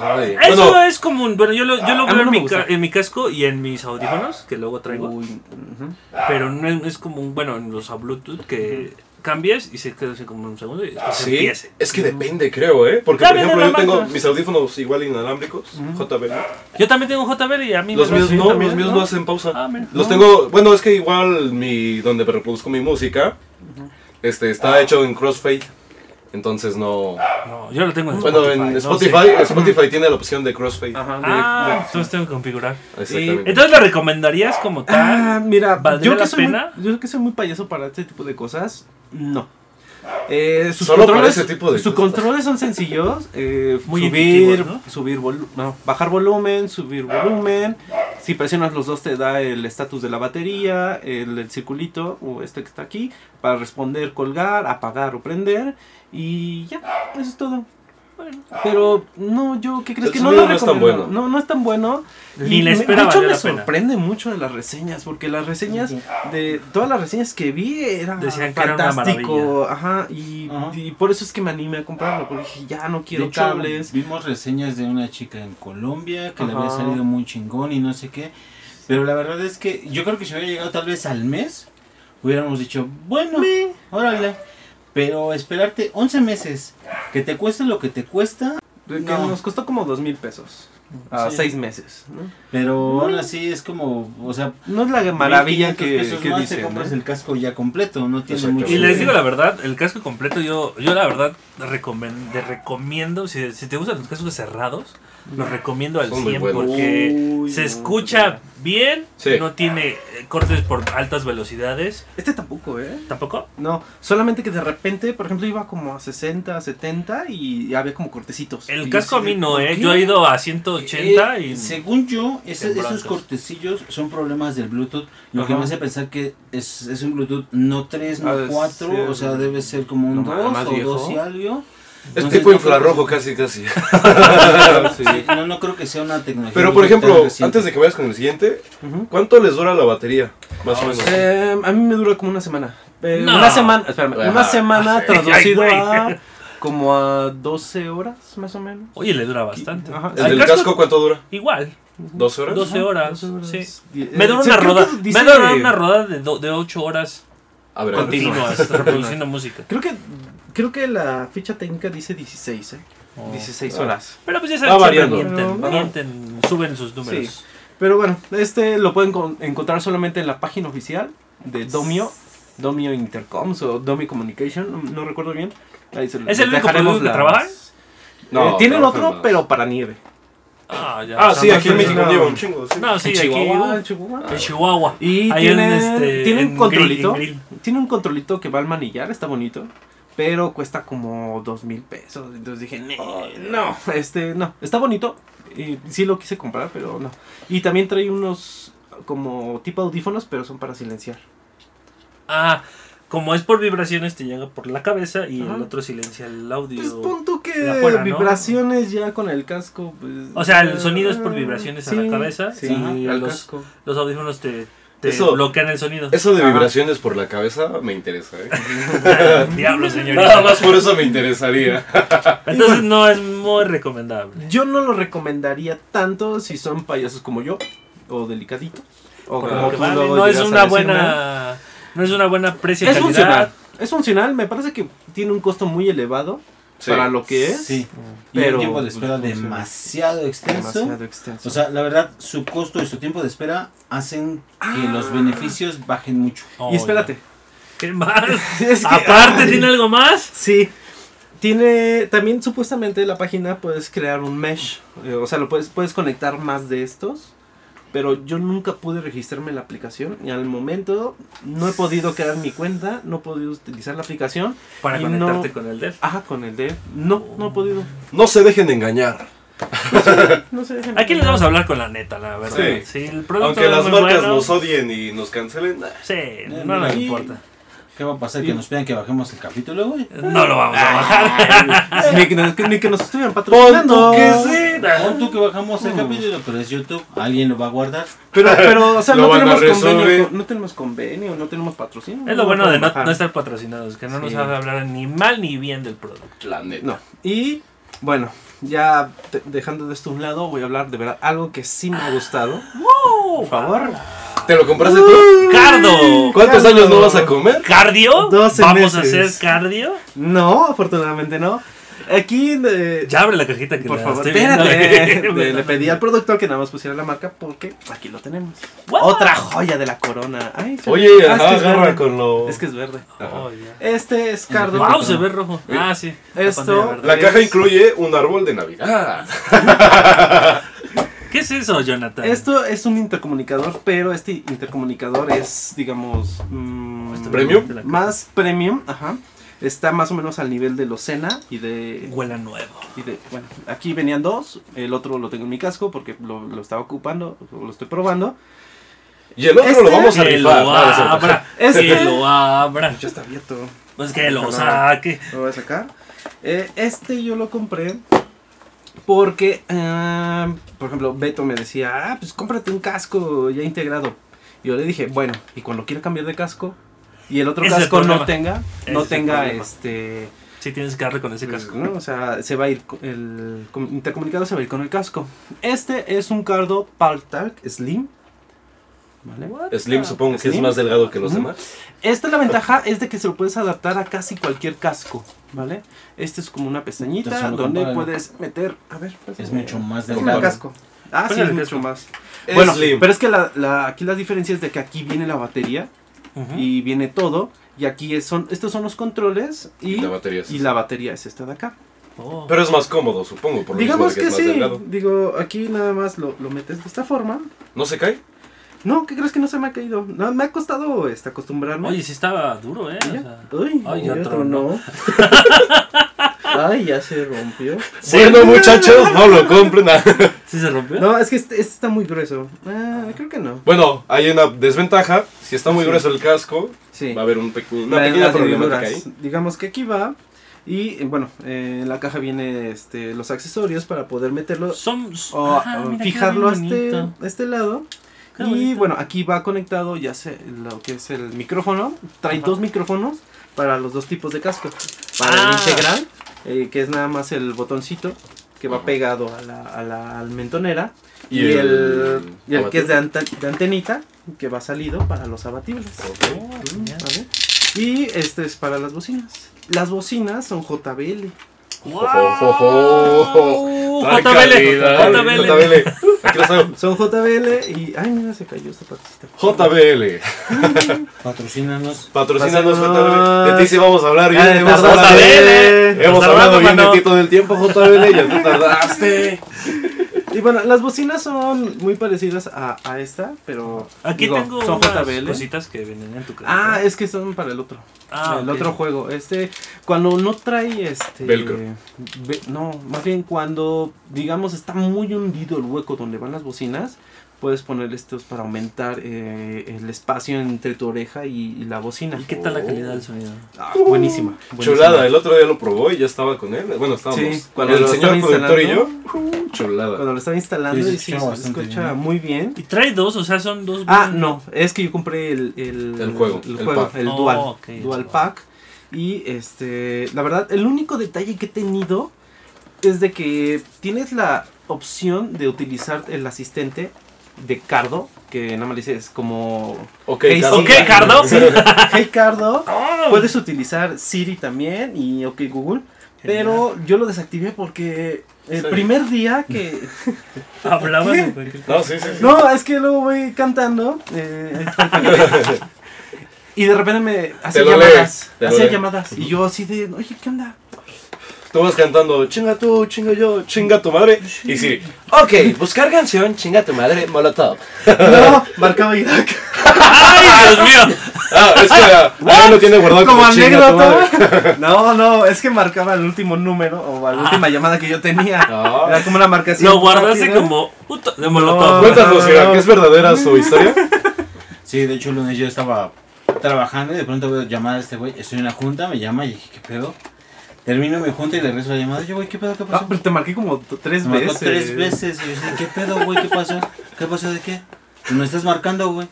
A: Ay,
B: Eso
A: bueno,
B: es común. Bueno, yo lo, yo lo
C: a mí
B: veo en,
C: no me
B: mi ca-
C: gusta.
B: en mi casco y en mis audífonos, que luego traigo.
C: Uy, ujú.
B: Pero no es, es común, bueno, en los a Bluetooth que cambies y se queda así como un segundo y después
A: sí,
B: empiece.
A: es que depende, creo, ¿eh? Porque, por
B: Cámbiale
A: ejemplo,
B: la
A: yo tengo
B: marca.
A: mis audífonos igual inalámbricos, JBL.
B: Yo también tengo un JBL y a mí
A: Los
B: me
A: míos
B: los-
A: no,
C: también,
A: los míos no
C: ¿no?
A: hacen pausa.
B: Ah, mira.
A: Los
B: No.
A: tengo, bueno, es que igual mi donde reproduzco mi música este
B: Ah.
A: está hecho en crossfade. Entonces no.
B: No, yo lo tengo en
A: Bueno,
B: Spotify.
A: en
B: no
A: Spotify,
B: sé.
A: Spotify tiene la opción de crossfade.
C: Ajá, de-
B: Ah, entonces tengo que configurar.
A: Exactamente.
B: Entonces lo recomendarías como tal.
C: Ah, mira,
B: ¿Valdría
C: yo que,
B: la
C: soy muy,
B: pena?
C: yo que soy muy payaso para este tipo de cosas, no. Eh, sus
A: Solo para
C: controles,
A: ese tipo de
C: sus
A: cosas.
C: controles son sencillos. eh,
B: Muy
C: subir,
B: intuitivos, ¿no?
C: subir volu- no, bajar volumen, subir volumen. Si presionas los dos te da el estatus de la batería, el, el circulito o este que está aquí para responder, colgar, apagar o prender y ya, eso es todo. Pero no, yo qué crees
A: El
C: que no
A: sonido
C: lo
A: no es tan
C: recomiendo?
A: bueno.
C: No, no es tan bueno.
B: Ni
C: Y
B: la
C: me-
B: espera
C: De hecho,
B: valió
C: me
B: la pena.
C: sorprende mucho de las reseñas, porque las reseñas
D: Ujú.
C: de todas las reseñas que vi era
B: Decían que era una
C: fantástico, ajá, y,
D: Ajá.
C: y por eso es que me animé a comprarlo, porque dije, ya no quiero
D: De hecho,
C: cables.
D: Vimos reseñas de una chica en Colombia que le
C: Ajá.
D: había salido muy chingón y no sé qué. Pero la verdad es que yo creo que si hubiera llegado tal vez al mes, hubiéramos dicho, bueno, órale. Pero esperarte 11 meses, que te cueste lo que te cuesta,
C: que
D: no.
C: nos costó como dos mil pesos a
D: Sí.
C: seis meses. ¿no?
D: pero aún así es como, o sea,
C: No es la maravilla
D: 1500
C: que,
D: pesos
C: que
D: más te
C: dicen.
D: compras
C: ¿eh?
D: el casco ya completo, no tiene
A: Exacto.
D: mucho.
B: Y les digo la verdad, el casco completo yo, yo la verdad recomen- te recomiendo, si, si te gustan los cascos cerrados, los recomiendo al
A: Son muy
B: 100
A: buenos.
B: porque
C: Uy,
B: se
C: no,
B: escucha bien,
A: Sí.
B: no tiene eh, cortes por altas velocidades,
C: Este tampoco, ¿eh?
B: tampoco.
C: No, solamente que de repente, por ejemplo, iba como a 60, 70 y había como cortecitos.
B: El
C: Y
B: casco a
C: así de,
B: mí no,
C: ¿por
B: eh.
C: qué?
B: Yo he ido a 180
D: Eh,
B: y
D: Según yo, ese-
B: temblando.
D: esos cortecillos son problemas del Bluetooth, lo que
C: Ajá.
D: me hace pensar que es, es un Bluetooth no 3,
C: Ha
D: no
C: de
D: 4,
C: ser-
D: o sea, debe ser como un
C: no,
D: 2
C: más
D: o
C: viejo.
D: 2 y algo.
A: Es
D: Entonces,
A: tipo
D: no creo que
A: infrarrojo
D: sea-
A: casi casi.
D: sí, No, no creo que sea una tecnología.
A: Pero por
D: muy
A: ejemplo,
D: tan reciente.
A: antes de que vayas con el siguiente,
C: Ujú.
A: ¿cuánto les dura la batería? Más o menos.
C: Eh, a mí me dura como una semana. Eh,
B: No.
C: Una semana, espérame,
A: Ajá.
C: una semana
B: Ay,
C: traducido
B: güey.
C: a como a 12 horas más o menos.
B: Oye, le dura bastante.
C: Ajá.
A: ¿El
B: Al
A: del casco cuánto dura?
B: Igual,
A: ¿12 horas?
B: 12 horas.
C: 12 horas.
B: sí.
C: Die-
B: Me
C: eh,
B: dura
C: sí,
B: una
C: creo
B: rodada,
C: que
B: me
C: dice-
B: dura una rodada de, do- de 8 horas
A: A ver, a ver.
C: Continua.
B: continuas reproduciendo música.
C: Creo que creo que la ficha técnica dice 16, ¿eh?
B: Oh.
C: 16 horas.
B: Pero pues ya
A: Va
B: saben, siempre
A: variando.
B: mienten,
C: Ajá.
B: mienten, suben sus números.
C: Sí. Pero bueno, este lo pueden con- encontrar solamente en la página oficial de Domio, Domio Intercoms o Domio Communication, no, no recuerdo bien. Ahí se
B: ¿Es
C: les
B: el único
C: dejaremos
B: producto que
C: las-
B: trabajan?
A: No,
C: Eh, tienen
A: trabajan
C: otro,
A: más.
C: pero para nieve.
B: Ah, ya.
A: Ah,
B: O sea,
A: sí,
B: no
A: aquí en
B: creo-
A: México lleva un chingo. sí.
B: No, sí, aquí.
C: Chihuahua,
B: uh,
C: Chihuahua.
B: en Chihuahua.
C: Y
B: Ahí en,
C: tiene,
B: este,
C: tiene
B: en
C: un controlito.
B: grill- en grill.
C: Tiene un controlito que va al manillar, está bonito. Pero cuesta como dos mil pesos. Entonces dije, "Ne,
B: Oh,
C: no, este, no. Está bonito. Y sí lo quise comprar, pero no. Y también trae unos como tipo audífonos, pero son para silenciar.
B: Ah, como es por vibraciones, te llega por la cabeza y el
C: Ajá.
B: otro silencia el
C: Pues
B: audio.
C: punto que
B: de afuera, ¿no?
C: vibraciones ya con el casco. pues,
B: O sea, el
C: ah,
B: sonido es por vibraciones a la cabeza
C: Sí,
B: y
C: ajá, al
B: los-
C: casco.
B: Los audífonos te, te
A: Eso-
B: bloquean el sonido.
A: Eso de
C: Ajá.
A: vibraciones por la cabeza me interesa, ¿eh?
B: Diablo, señorita.
A: Nada más por eso me interesaría.
B: Entonces no es muy recomendable.
C: Yo no lo recomendaría tanto si son payasos como yo, o delicaditos. O
B: Por
C: como
B: lo que
C: tú
B: vale,
C: pues, luego
B: no es
C: llegas a
B: una
C: decirme.
B: buena. No es una buena precio
C: Es
B: y calidad.
C: funcional. Es funcional, me parece que tiene un costo muy elevado
A: Sí.
C: para lo que es.
D: Sí,
C: Pero- pues,
D: pero. un tiempo de espera
C: Funciona.
D: demasiado extenso.
C: Demasiado extenso.
D: O sea, la verdad, su costo y su tiempo de espera hacen que
C: Ah.
D: los beneficios bajen mucho.
B: Oh,
C: y espérate.
B: ¿Qué más?
C: Es que-
B: Aparte, ¿tiene algo más?
C: Sí. Tiene también supuestamente la página puedes crear un mesh, eh, o sea, lo puedes puedes conectar más de estos, pero yo nunca pude registrarme en la aplicación y al momento no he podido crear mi cuenta, no he podido utilizar la aplicación,
B: Para
C: Y
B: conectarte
C: no-
B: con el DEF.
C: ajá, con el de no, no he podido.
A: No se dejen engañar.
C: No sé. dejen-
B: Aquí les vamos a hablar con la neta, la verdad. Sí,
A: Sí.
B: el producto
A: Aunque
B: es
A: las
B: muy
A: marcas
B: bueno,
A: nos odien y nos cancelen, nah,
B: Sí, no nos
D: Y-
B: importa.
D: ¿Qué va a pasar? ¿Que
C: Y- Eh,
D: nos pidan que bajemos el capítulo, güey?
C: Ah.
B: No lo vamos a bajar.
C: ni, que, nos- ni que nos estuvieran
A: Pon tú
C: patrocinando.
A: que sí,
B: puta.
D: Pon
C: Ah.
D: tú que bajamos
C: Mm.
D: el capítulo, pero es YouTube, alguien lo va a guardar.
C: Pero, pero, o sea,
A: Lo
C: no
A: van a
C: tenemos, convenio,
A: resolver.
C: con- no tenemos convenio, no tenemos patrocinio.
B: Es lo bueno de no,
C: podemos
B: no
C: bajar.
B: estar patrocinados, que no nos
C: Sí.
B: van a hablar ni mal ni bien del producto.
A: La neta.
C: No. Y bueno, ya te- dejando de esto a un lado, voy a hablar de verdad algo que sí me ha gustado. Por favor.
A: ¿Te lo compraste tú?
B: ¡Cardo!
A: ¿Cuántos
C: Cardo.
A: años no vas a comer?
B: ¿Cardio?
C: 12
B: ¿Vamos a hacer
C: meses.
B: cardio?
C: No, afortunadamente no. Aquí, eh,
B: Ya abre la cajita que
C: por
B: la
C: favor,
B: estoy viendo,
C: espérate.
B: güey.
C: eh, Le, le pedí al productor que nada más pusiera la marca porque aquí lo tenemos.
B: What?
C: Otra joya de la corona. Ay, se-
A: Oye,
C: ah,
A: ajá,
C: es que es
A: agarra
C: verde.
A: con lo.
C: Es que es verde.
B: Oh, ya.
C: Este es Cardo.
B: Wow, se ve rojo. Ah, sí. la
C: Esto-
B: pantalla verde.
A: La caja incluye un árbol de Navidad.
B: ¿Qué es eso, Jonathan?
C: Esto es un intercomunicador, pero este intercomunicador es, digamos, mm,
B: Este
A: ¿Premium?
B: de la caja.
C: Más premium, ajá. Está más o menos al nivel de los Sena y de
B: Huela nuevo.
C: Y de- bueno, aquí venían dos, el otro lo tengo en mi casco porque lo, lo estaba ocupando, lo estoy probando.
A: Y el otro
C: Este-
A: lo vamos a
B: Que lo
A: rifar. No, no es cierto.
B: abra.
C: Este-
B: Que lo abra.
C: Ya está abierto,
B: Pues que lo
C: Ojalá.
B: saque.
C: lo voy a sacar. Eh, este yo lo compré porque, ah, por ejemplo, Beto me decía, ah, pues cómprate un casco ya integrado. Y yo le dije, bueno, y cuando quiera cambiar de casco y el otro
B: Ese es el
C: casco no
B: problema.
C: tenga,
B: Ese
C: no
B: es el
C: tenga
B: problema.
C: este... pues,
B: Si tienes que darle con ese casco.
C: ¿no? O sea, se va a ir co- el com- intercomunicado se va a ir con el casco. Este es un cardo Paltalk Slim. ¿Vale?
A: Slim supongo que es
C: Slim.
A: más delgado que los
C: Ujú.
A: demás.
C: Esta la ventaja es de que se lo puedes adaptar a casi cualquier casco, ¿vale? Este es como una pestañita
D: Entonces, lo
C: donde
D: compáralo.
C: puedes meter, a ver,
D: Es mucho más
C: es
D: delgado.
C: casco. Ah, sí,
B: Ponle
C: es
B: el
C: mucho más.
A: Es
C: Bueno,
A: slim.
C: pero es que la, la- aquí la diferencia es de que aquí viene la batería
B: Ujú.
C: y viene todo y aquí es- son estos son los controles y,
A: Y la batería es
C: y
A: esa.
C: la batería es esta de acá.
B: Oh.
A: Pero es más cómodo, supongo, por lo mismo
C: Digamos
A: de
C: que,
A: que, es más
C: sí.
A: delgado.
C: Digo, aquí nada más lo, lo metes de esta forma.
A: ¿No se cae?
C: No, ¿qué crees que no se me ha caído? No, me ha costado este, acostumbrarme.
B: Oye, sí estaba duro, ¿eh? O
C: Mira.
B: sea,
C: Ay,
B: Ay,
C: ya
B: ya
C: tronó. Ay, ya se rompió.
B: Sí.
A: Bueno, muchachos, no lo compren. Ah,
B: ¿Sí se rompió?
C: No, es que este, este está muy grueso. Ah, creo que no.
A: bueno, hay una desventaja. Si está muy
C: Sí.
A: grueso el casco,
C: Sí.
A: va a haber un peque- una
C: Las-
A: pequeña
C: las
A: problemática
C: hendiduras.
A: ahí.
C: Digamos que aquí va. Y eh, bueno, eh, en la caja viene este, los accesorios para poder meterlo
B: Son.
C: o
B: Ajá,
C: o
B: mira, qué
C: Oh, fijarlo a este,
B: bonito.
C: a este lado.
B: Qué
C: y
B: bonito.
C: bueno, aquí va conectado ya sé lo que es el micrófono. Trae
B: Ajá.
C: dos micrófonos para los dos tipos de casco. Para el
B: Ah.
C: integral, eh, que es nada más el botoncito que va
A: Ajá.
C: pegado a la, a la mentonera.
A: Y
C: Y,
A: el-
C: el, y el que es de,
A: abatible.
C: ante- de antenita, que va salido para los abatibles.
B: Oh,
A: Ok.
C: Mm, ¿vale? Y este es para las bocinas. Las bocinas son JBL.
B: ¡Wow!
A: oh,
B: Uh,
A: Ay,
B: JBL,
A: calidad.
B: JBL.
A: JBL. Aquí las hago.
C: Son JBL y. Ay, mira, se cayó esta partecita.
A: JBL.
D: Patrocínanos.
A: Patrocínanos
C: Patrocínanos.
A: JBL. De ti sí vamos a hablar bien.
C: Ah, de
A: hemos
C: verdad,
A: hablado
B: JBL.
A: bien.
B: Nos
A: Hemos
B: tardamos,
A: hablado bien de
B: mano.
A: ti todo el tiempo, JBL. Ya te
B: Este,
A: tardaste.
C: Y bueno, las bocinas son muy parecidas a, a esta, pero.
B: Aquí
C: digo,
B: tengo
C: Son
B: unas
C: JBL.
B: cositas que vienen en tu casa.
C: ¿eh? Ah, es que son para el otro.
B: Ah,
C: el
B: ok.
C: otro juego. Este, cuando no trae este.
A: Velcro.
C: ve- no, más bien cuando, digamos, está muy hundido el hueco donde van las bocinas, puedes poner estos para aumentar eh, el espacio entre tu oreja y, y la bocina.
B: ¿Y qué tal la calidad del sonido?
C: Ah, buenísima, buenísima.
A: Chulada, eh. el otro día lo probó y ya estaba con él. Bueno, estábamos.
C: Sí, cuando
A: el
C: lo
A: señor
C: estaba
A: productor y yo.
C: instalando.
A: uh, Chulada.
C: Cuando lo estaba instalando,
D: Sí, se
C: y sí,
D: escucha
C: se
D: bastante
C: escucha
D: bien.
C: muy bien.
B: Y trae dos, o sea, son dos.
C: Ah, no, es que yo compré el, el,
A: El juego,
C: el,
A: el
C: juego,
A: pack.
C: el
B: Oh,
C: Dual,
B: ok, el
C: Dual
B: Dual.
C: Pack. Y este, la verdad, el único detalle que he tenido es de que tienes la opción de utilizar el asistente de Cardo, que nada más le dices como
A: Ok,
C: Hey,
A: Cardo.
B: ¿Ok, Cardo?
C: Sí. Hey Cardo.
B: Oh.
C: Puedes utilizar Siri también y OK Google, pero yo lo desactivé porque el
A: Sí.
C: primer día que
B: Hablabas de cualquier cosa.
A: No, sí, sí. sí.
C: No, es que luego voy cantando. eh, y de repente me hacía
A: lo lee,
C: llamadas.
A: te lo
C: hacía
A: lee.
C: llamadas. Y yo así de, oye, ¿qué onda?
A: Tú vas cantando, chinga tú, chinga yo, chinga tu madre. Y sí, ok, buscar canción, chinga tu madre, molotov.
C: No, marcaba Irak.
B: ¡Ay, Dios mío!
A: Ah, es que la- ahora lo tiene guardado como,
C: Como
A: chinga tu madre.
C: anécdota. No, no, es que marcaba el último número o la última llamada que yo tenía.
A: Ah.
C: Era como una marcación.
B: Lo guardaste
C: rápida.
B: como. Puto, de molotov.
A: Cuéntanos,
C: No, no, no.
A: Irak, ¿es verdadera su historia?
D: Sí, de hecho el lunes yo estaba trabajando y de pronto veo llamada a este güey. Estoy en una junta, me llama y dije, ¿qué pedo? Termino, me junto y le regreso la llamada. Yo, güey, ¿qué pedo? ¿Qué pasó?
C: Ah, pero te marqué como t- tres
D: Me marcó
C: veces.
D: tres veces. Y yo decía, ¿qué pedo, güey? ¿Qué pasó? ¿Qué pasó de qué? Pues me estás marcando, güey.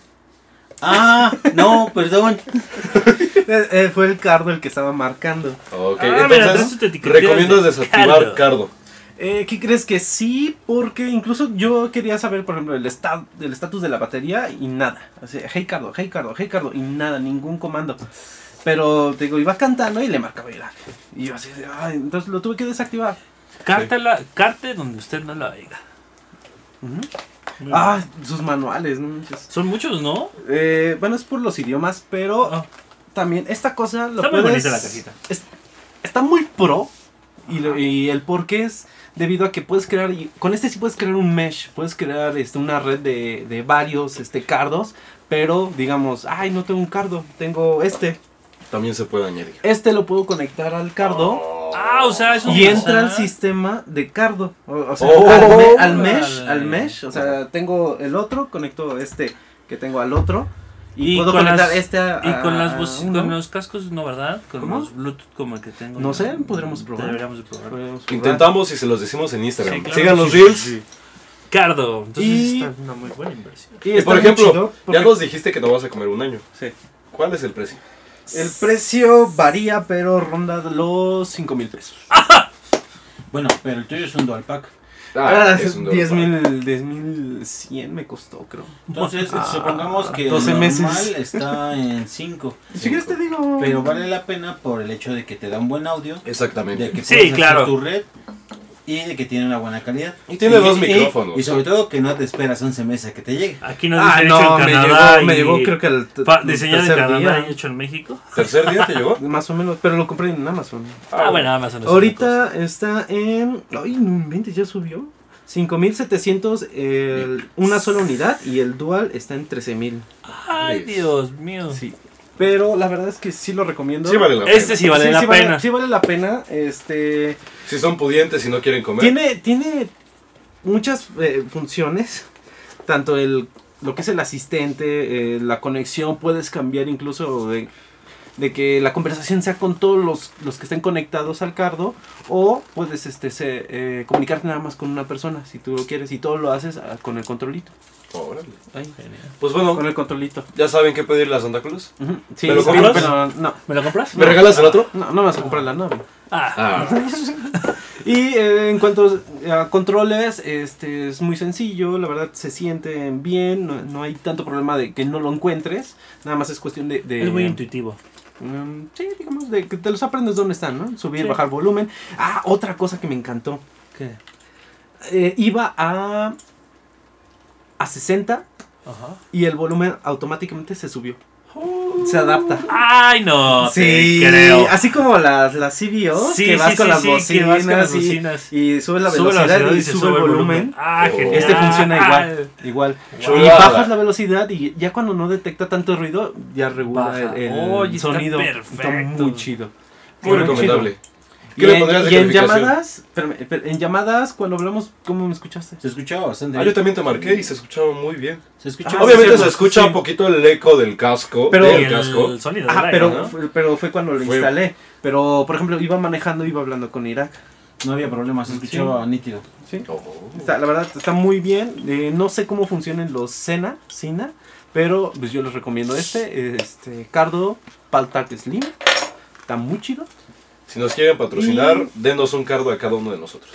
D: Ah, no, perdón.
C: Eh, eh, fue el cardo el que estaba marcando.
A: Ok,
B: Ah, mira, entonces te
A: entonces
B: etiqueté
A: recomiendas
B: desde
A: desactivar
B: Cardo.
A: Cardo.
C: Eh, ¿Qué crees que sí? Porque incluso yo quería saber, por ejemplo, el estatus el estatus de la batería y nada. Así, hey Cardo, hey Cardo, hey Cardo, y nada, ningún comando. Pero te digo, iba cantando y le marcaba y, era- y yo así, de, ay, entonces lo tuve que desactivar.
B: Cártela, carte donde usted no la oiga.
C: Ujú.
B: Muy
C: Ah, sus manuales, no manches.
B: Son muchos, ¿no?
C: Eh, bueno, es por los idiomas, pero
B: Ah.
C: también esta cosa lo
B: Está muy
C: puedes-
B: bonita la cajita.
C: es- está muy pro y, lo- y el por qué es debido a que puedes crear, y con este sí puedes crear un mesh, puedes crear este, una red de, de varios este, cardos, pero digamos, ay, no tengo un cardo, tengo este.
A: También se puede añadir.
C: Este lo puedo conectar al cardo
B: Ah, o sea, es un
C: y entra
B: al
C: al sistema de cardo. O, o sea,
A: Oh.
C: al, me- al mesh,
B: Órale.
C: al mesh. O sea, tengo el otro, conecto este que tengo al otro. Y,
B: Y
C: puedo
B: con
C: conectar
B: las-
C: este a.
B: Y con, las
C: a
B: voces-
C: uno.
B: con los cascos, no, ¿verdad? Con
C: ¿Cómo?
B: los Bluetooth como el que tengo. Mm,
C: No sé, podremos probar.
B: Deberíamos de probar.
C: Podemos probar.
A: Intentamos y se los decimos en Instagram.
B: Sí, claro.
A: Sigan los reels.
B: Cardo, entonces
C: Y-
B: esta es una muy buena inversión.
C: Y
A: Y
C: está
A: por
C: muy
A: ejemplo,
C: chido porque
A: ya nos dijiste que no vas a comer un año.
C: Sí.
A: ¿Cuál es el precio?
C: el precio varía, pero ronda los 5 mil pesos.
D: Bueno, pero el tuyo es un dual pack.
C: Ah,
A: es un
C: 10
A: dólar.
C: mil, 10 mil 100 me costó, creo.
D: Entonces,
C: Ah,
D: supongamos que el
C: 12
D: normal
C: meses.
D: está en 5.
C: Si quieres te digo.
D: Pero vale la pena por el hecho de que te da un buen audio,
A: Exactamente.
D: de que
B: Sí,
D: puedes hacer
B: claro.
D: tu red y de que tiene una buena calidad.
A: Y tiene dos micrófonos.
D: Y sobre todo que no te esperas 11 meses a que te llegue.
B: Aquí nos
C: Ah,
B: dicen hecho
C: no,
B: en
C: me
B: Canadá.
C: llegó, me
B: y-
C: llegó creo que al t-
B: fa- Diseñado en
C: tercer
B: Canadá
C: día.
B: y hecho en México.
A: ¿Tercer día te llegó?
C: Más o menos, pero lo compré en Amazon.
B: Ah, bueno, Amazon. es una cosa.
C: Ahorita está en. Ay, no inventes, ya subió. 5700 el- una sola unidad y el dual está en 13000.
B: Ay, Dios mío.
C: Sí. Pero la verdad es que sí lo recomiendo.
A: Sí vale la pena.
B: Este sí vale la pena.
C: sí vale la pena. Este.
A: Si son pudientes y no quieren comer.
C: Tiene, tiene muchas eh, funciones. Tanto el lo que es el asistente, eh, la conexión, puedes cambiar incluso de, de que la conversación sea con todos los, los que estén conectados al cardo. O puedes este, se- eh, comunicarte nada más con una persona si tú lo quieres. Y todo lo haces ah, con el controlito.
A: Órale.
C: Ay,
A: Pues bueno,
C: con el controlito.
A: ya saben qué pedirle a Santa Cruz.
C: Ujú, sí,
A: ¿Me lo
C: sí,
A: compras?
C: pero no,
B: ¿Me lo compras?
A: ¿Me regalas el otro?
C: no, no me vas a comprar la nave.
B: Ah,
A: Ah,
C: Y eh, en cuanto a controles, este es muy sencillo, la verdad se sienten bien, no, no hay tanto problema de que no lo encuentres, nada más es cuestión de... de-
B: es muy intuitivo.
C: mm, sí, digamos, de que te los aprendes dónde están, ¿no? Subir,
B: Sí.
C: bajar volumen. Ah, otra cosa que me encantó.
B: ¿Qué?
C: eh, iba a... a 60
B: Ajá.
C: y el volumen automáticamente se subió. Se adapta.
B: Ay, no.
C: Sí,
B: te creo.
C: así como las, las CBOs,
B: Sí,
C: que vas
B: sí,
C: con
B: sí,
C: las
B: sí, que
C: bocinas,
B: vas con las
C: y-
B: bocinas.
C: y, subes la
B: Sube
C: velocidad, y,
B: se
C: sube, el volumen.
B: Ah, genial.
C: Este funciona igual, igual.
A: Chulada.
C: Y bajas la velocidad y ya cuando no detecta tanto ruido, ya regula
B: Baja.
C: el, el
B: Oye, está
C: sonido.
B: perfecto.
C: muy chido.
A: muy
C: Está
A: recomendable.
C: chido.
A: ¿Qué le
C: Y en,
A: pondrías de
C: y en
A: calificación?
C: llamadas, espérame, espérame, en llamadas, cuando hablamos, ¿cómo me escuchaste?
D: Se escuchaba bastante.
A: Ah, yo también te marqué y se escuchaba muy bien.
D: Se escuchaba
C: Ah,
A: Obviamente
C: sí,
A: se
C: sí,
A: escucha
C: sí.
A: un poquito el eco del casco.
C: Pero-
B: Y
A: del
B: el
A: casco.
B: sonido. del
C: Ah,
B: aire,
C: pero,
B: ¿no?
C: fue- pero fue cuando lo
A: Fue-
C: instalé. Pero, por ejemplo, iba manejando, iba hablando con Irak.
D: No había problema, se escuchaba nítido.
C: ¿sí?
A: Oh.
C: Está- la verdad está muy bien. Eh, no sé cómo funcionen los Cena, Cena, pero pues yo les recomiendo este, este Cardo Paltac Slim. Está muy chido.
A: Si nos quieren patrocinar, denos un cardo a cada uno de nosotros.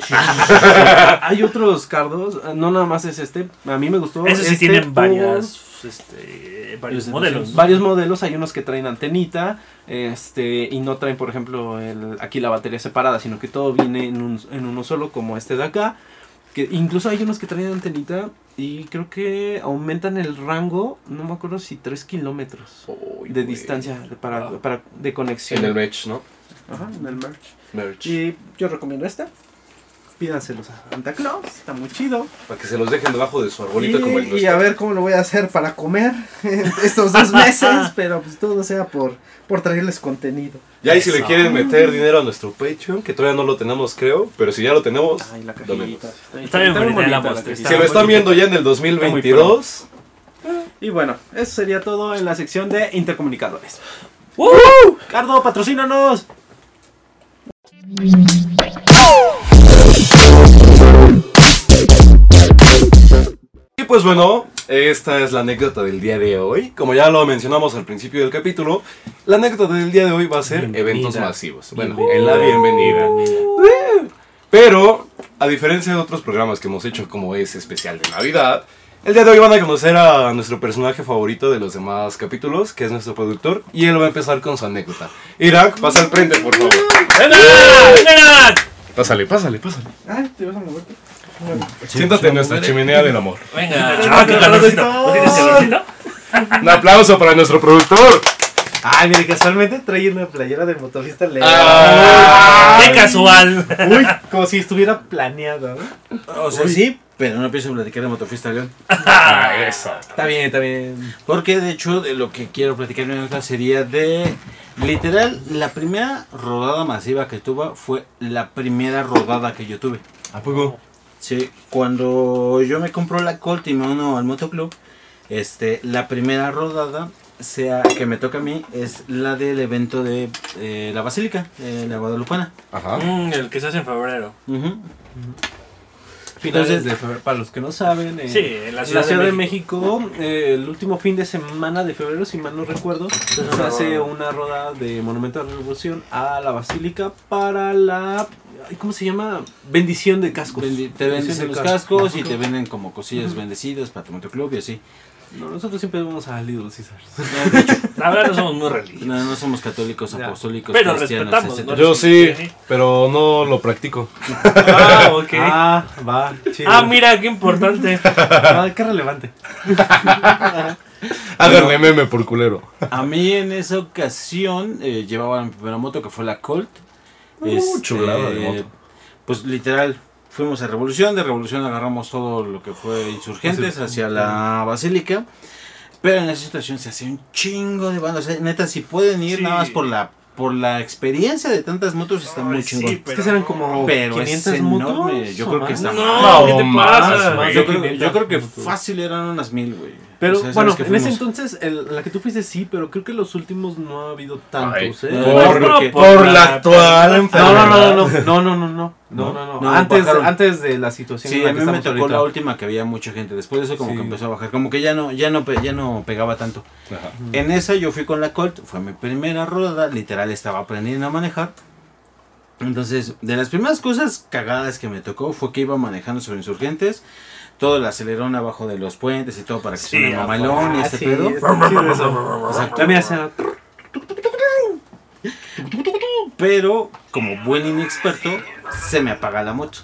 C: Hay otros cardos, eh, no nada más es este. A mí me gustó.
B: Eso sí
C: este
B: tienen
C: por
B: varias, este, varios
D: Los
B: modelos.
C: Varios modelos, hay unos que traen antenita, este, y no traen, por ejemplo, el- aquí la batería separada, sino que todo viene en, un- en uno solo, como este de acá. Que incluso hay unos que traen antenita y creo que aumentan el rango, no me acuerdo si 3 kilómetros
A: Uy,
C: de
A: güey.
C: distancia de, para,
B: Ah.
C: para- de conexión.
A: En el merch, ¿no?
C: Ajá, en el merch.
A: Merch.
C: Y yo recomiendo esta. Pídanselos a Santa Claus, está muy chido.
A: Para que se los dejen debajo de su arbolito como el
F: Y, y
A: nuestro.
F: a ver cómo lo voy a hacer para comer estos dos meses, pero pues todo sea por, por traerles contenido.
A: Ya y si le
B: Eso.
A: quieren meter dinero a nuestro Patreon, que todavía no lo tenemos creo, pero si ya lo tenemos,
C: Ay, la cajita.
A: donemos.
B: Está bien bonita la
C: cajita.
B: muestra, está
A: Si lo
B: muy
A: están viendo ya en el 2022,
C: Y bueno, eso sería todo en la sección de intercomunicadores.
B: ¡Uh!
C: Cardo, patrocínanos.
A: Y pues bueno, esta es la anécdota del día de hoy. Como ya lo mencionamos al principio del capítulo, la anécdota del día de hoy va a ser
D: Bienvenida.
A: eventos masivos. Bueno,
D: Bienvenida.
A: en la bienvenida. Pero, a diferencia de otros programas que hemos hecho como es especial de Navidad, el día de hoy van a conocer a nuestro personaje favorito de los demás capítulos, que es nuestro productor, y él va a empezar con su anécdota. Irak, pasa al frente, por favor. Pásale, pásale, pásale.
E: Ay, te vas a mover.
A: Siéntate en nuestra chimenea del amor.
B: Venga. Ah, qué calorcito. ¿No tienes calorcito?
A: Un aplauso para nuestro productor.
E: Ay, mire, casualmente trae una playera del motorista legal.
A: Ah.
B: Qué casual.
E: Uy, como si estuviera planeado. ¿no?
D: O sea, sí, pero no empiezo a platicar de Motofista León.
A: Ah, eso.
C: Está bien, está bien.
D: Porque de hecho de lo que quiero platicar en esta sería de literal la primera rodada masiva que tuve fue la primera rodada que yo tuve.
A: ¿A poco?
D: Sí, cuando yo me compró la Colt y me uno al motoclub, este, la primera rodada sea que me toca a mí es la del evento de eh, la Basílica, eh, la Guadalupana.
A: Ajá.
B: Mm, el que se hace en febrero.
D: Ujú.
C: Finales
D: Entonces-
C: de febrero. Para los que no saben, eh,
B: Sí, en la
C: la
B: Ciudad, de, México.
C: eh, el último fin de semana de febrero, si mal no recuerdo, se hace una roda de Monumento a la Revolución a la Basílica para la. ay, ¿Cómo se llama? Bendición de cascos.
D: Bendi- te
C: Bendición
D: venden
C: de
D: los
C: cascos.
D: cascos y te venden como cosillas bendecidas para tu motoclub y así.
C: No, nosotros siempre vamos a Little Caesars.
B: La verdad no somos muy religiosos.
D: No, no somos católicos,
C: Ya.
D: apostólicos,
B: Pero
D: cristianos,
B: respetamos,
D: etcétera.
A: Yo sí, pero no lo practico.
B: Ah, ok. Ah,
C: Ah, va, chido.
B: mira, qué importante.
C: Ah, qué relevante.
A: Háganle meme por culero.
D: A mí en esa ocasión eh, llevaba mi primera moto que fue la Colt. Este,
A: chulada de moto.
D: Pues literal, fuimos a Revolución, de Revolución agarramos todo lo que fue Insurgentes hacia la Basílica. Pero en esa situación se hace un chingo de bandas. O sea, neta, si pueden ir
B: Sí.
D: nada más por la por la experiencia de tantas motos está muy chingón.
B: Sí,
C: Es
B: pero
C: que serán
B: no.
C: como
D: Pero es
C: 500 motos.
D: enorme, yo creo que está
B: No, ¿qué te
A: No,
B: pasa?
A: más, más,
D: yo,
A: güey.
D: creo, yo creo que fácil eran unas mil, güey.
C: Pero
D: O sea, esas
C: bueno,
D: que
C: en ese
D: fuimos.
C: entonces, el- la que tú fuiste sí, pero creo que los últimos no ha habido tantos,
A: Ay,
C: ¿eh?
A: por,
B: No,
A: por
B: por
A: la,
B: la-
A: actual
C: No,
A: enfermedad.
C: no, no, no, no, no, no, no, no, no, no.
D: No,
C: antes,
D: bajaron.
C: antes de la situación
D: Sí,
C: en la
D: a
C: que
D: mí me
C: estamos
D: tocó
C: ahorita.
D: la última que había mucha gente. Después de eso como
C: Sí.
D: que empezó a bajar, como que ya no ya no pe- ya no pegaba tanto.
A: Ajá.
D: En esa yo fui con la Colt, fue mi primera rueda, literal estaba aprendiendo a manejar. Entonces, de las primeras cosas cagadas que me tocó fue que iba manejando sobre insurgentes, todo el acelerón abajo de los puentes y todo para que
B: Sí,
D: suene
B: abajo.
D: mamalón y
E: Ah,
D: este
E: sí,
D: pedo.
E: está chido eso.
D: Exacto.
C: La mía será-
D: Pero, como buen inexperto, se me apaga la moto.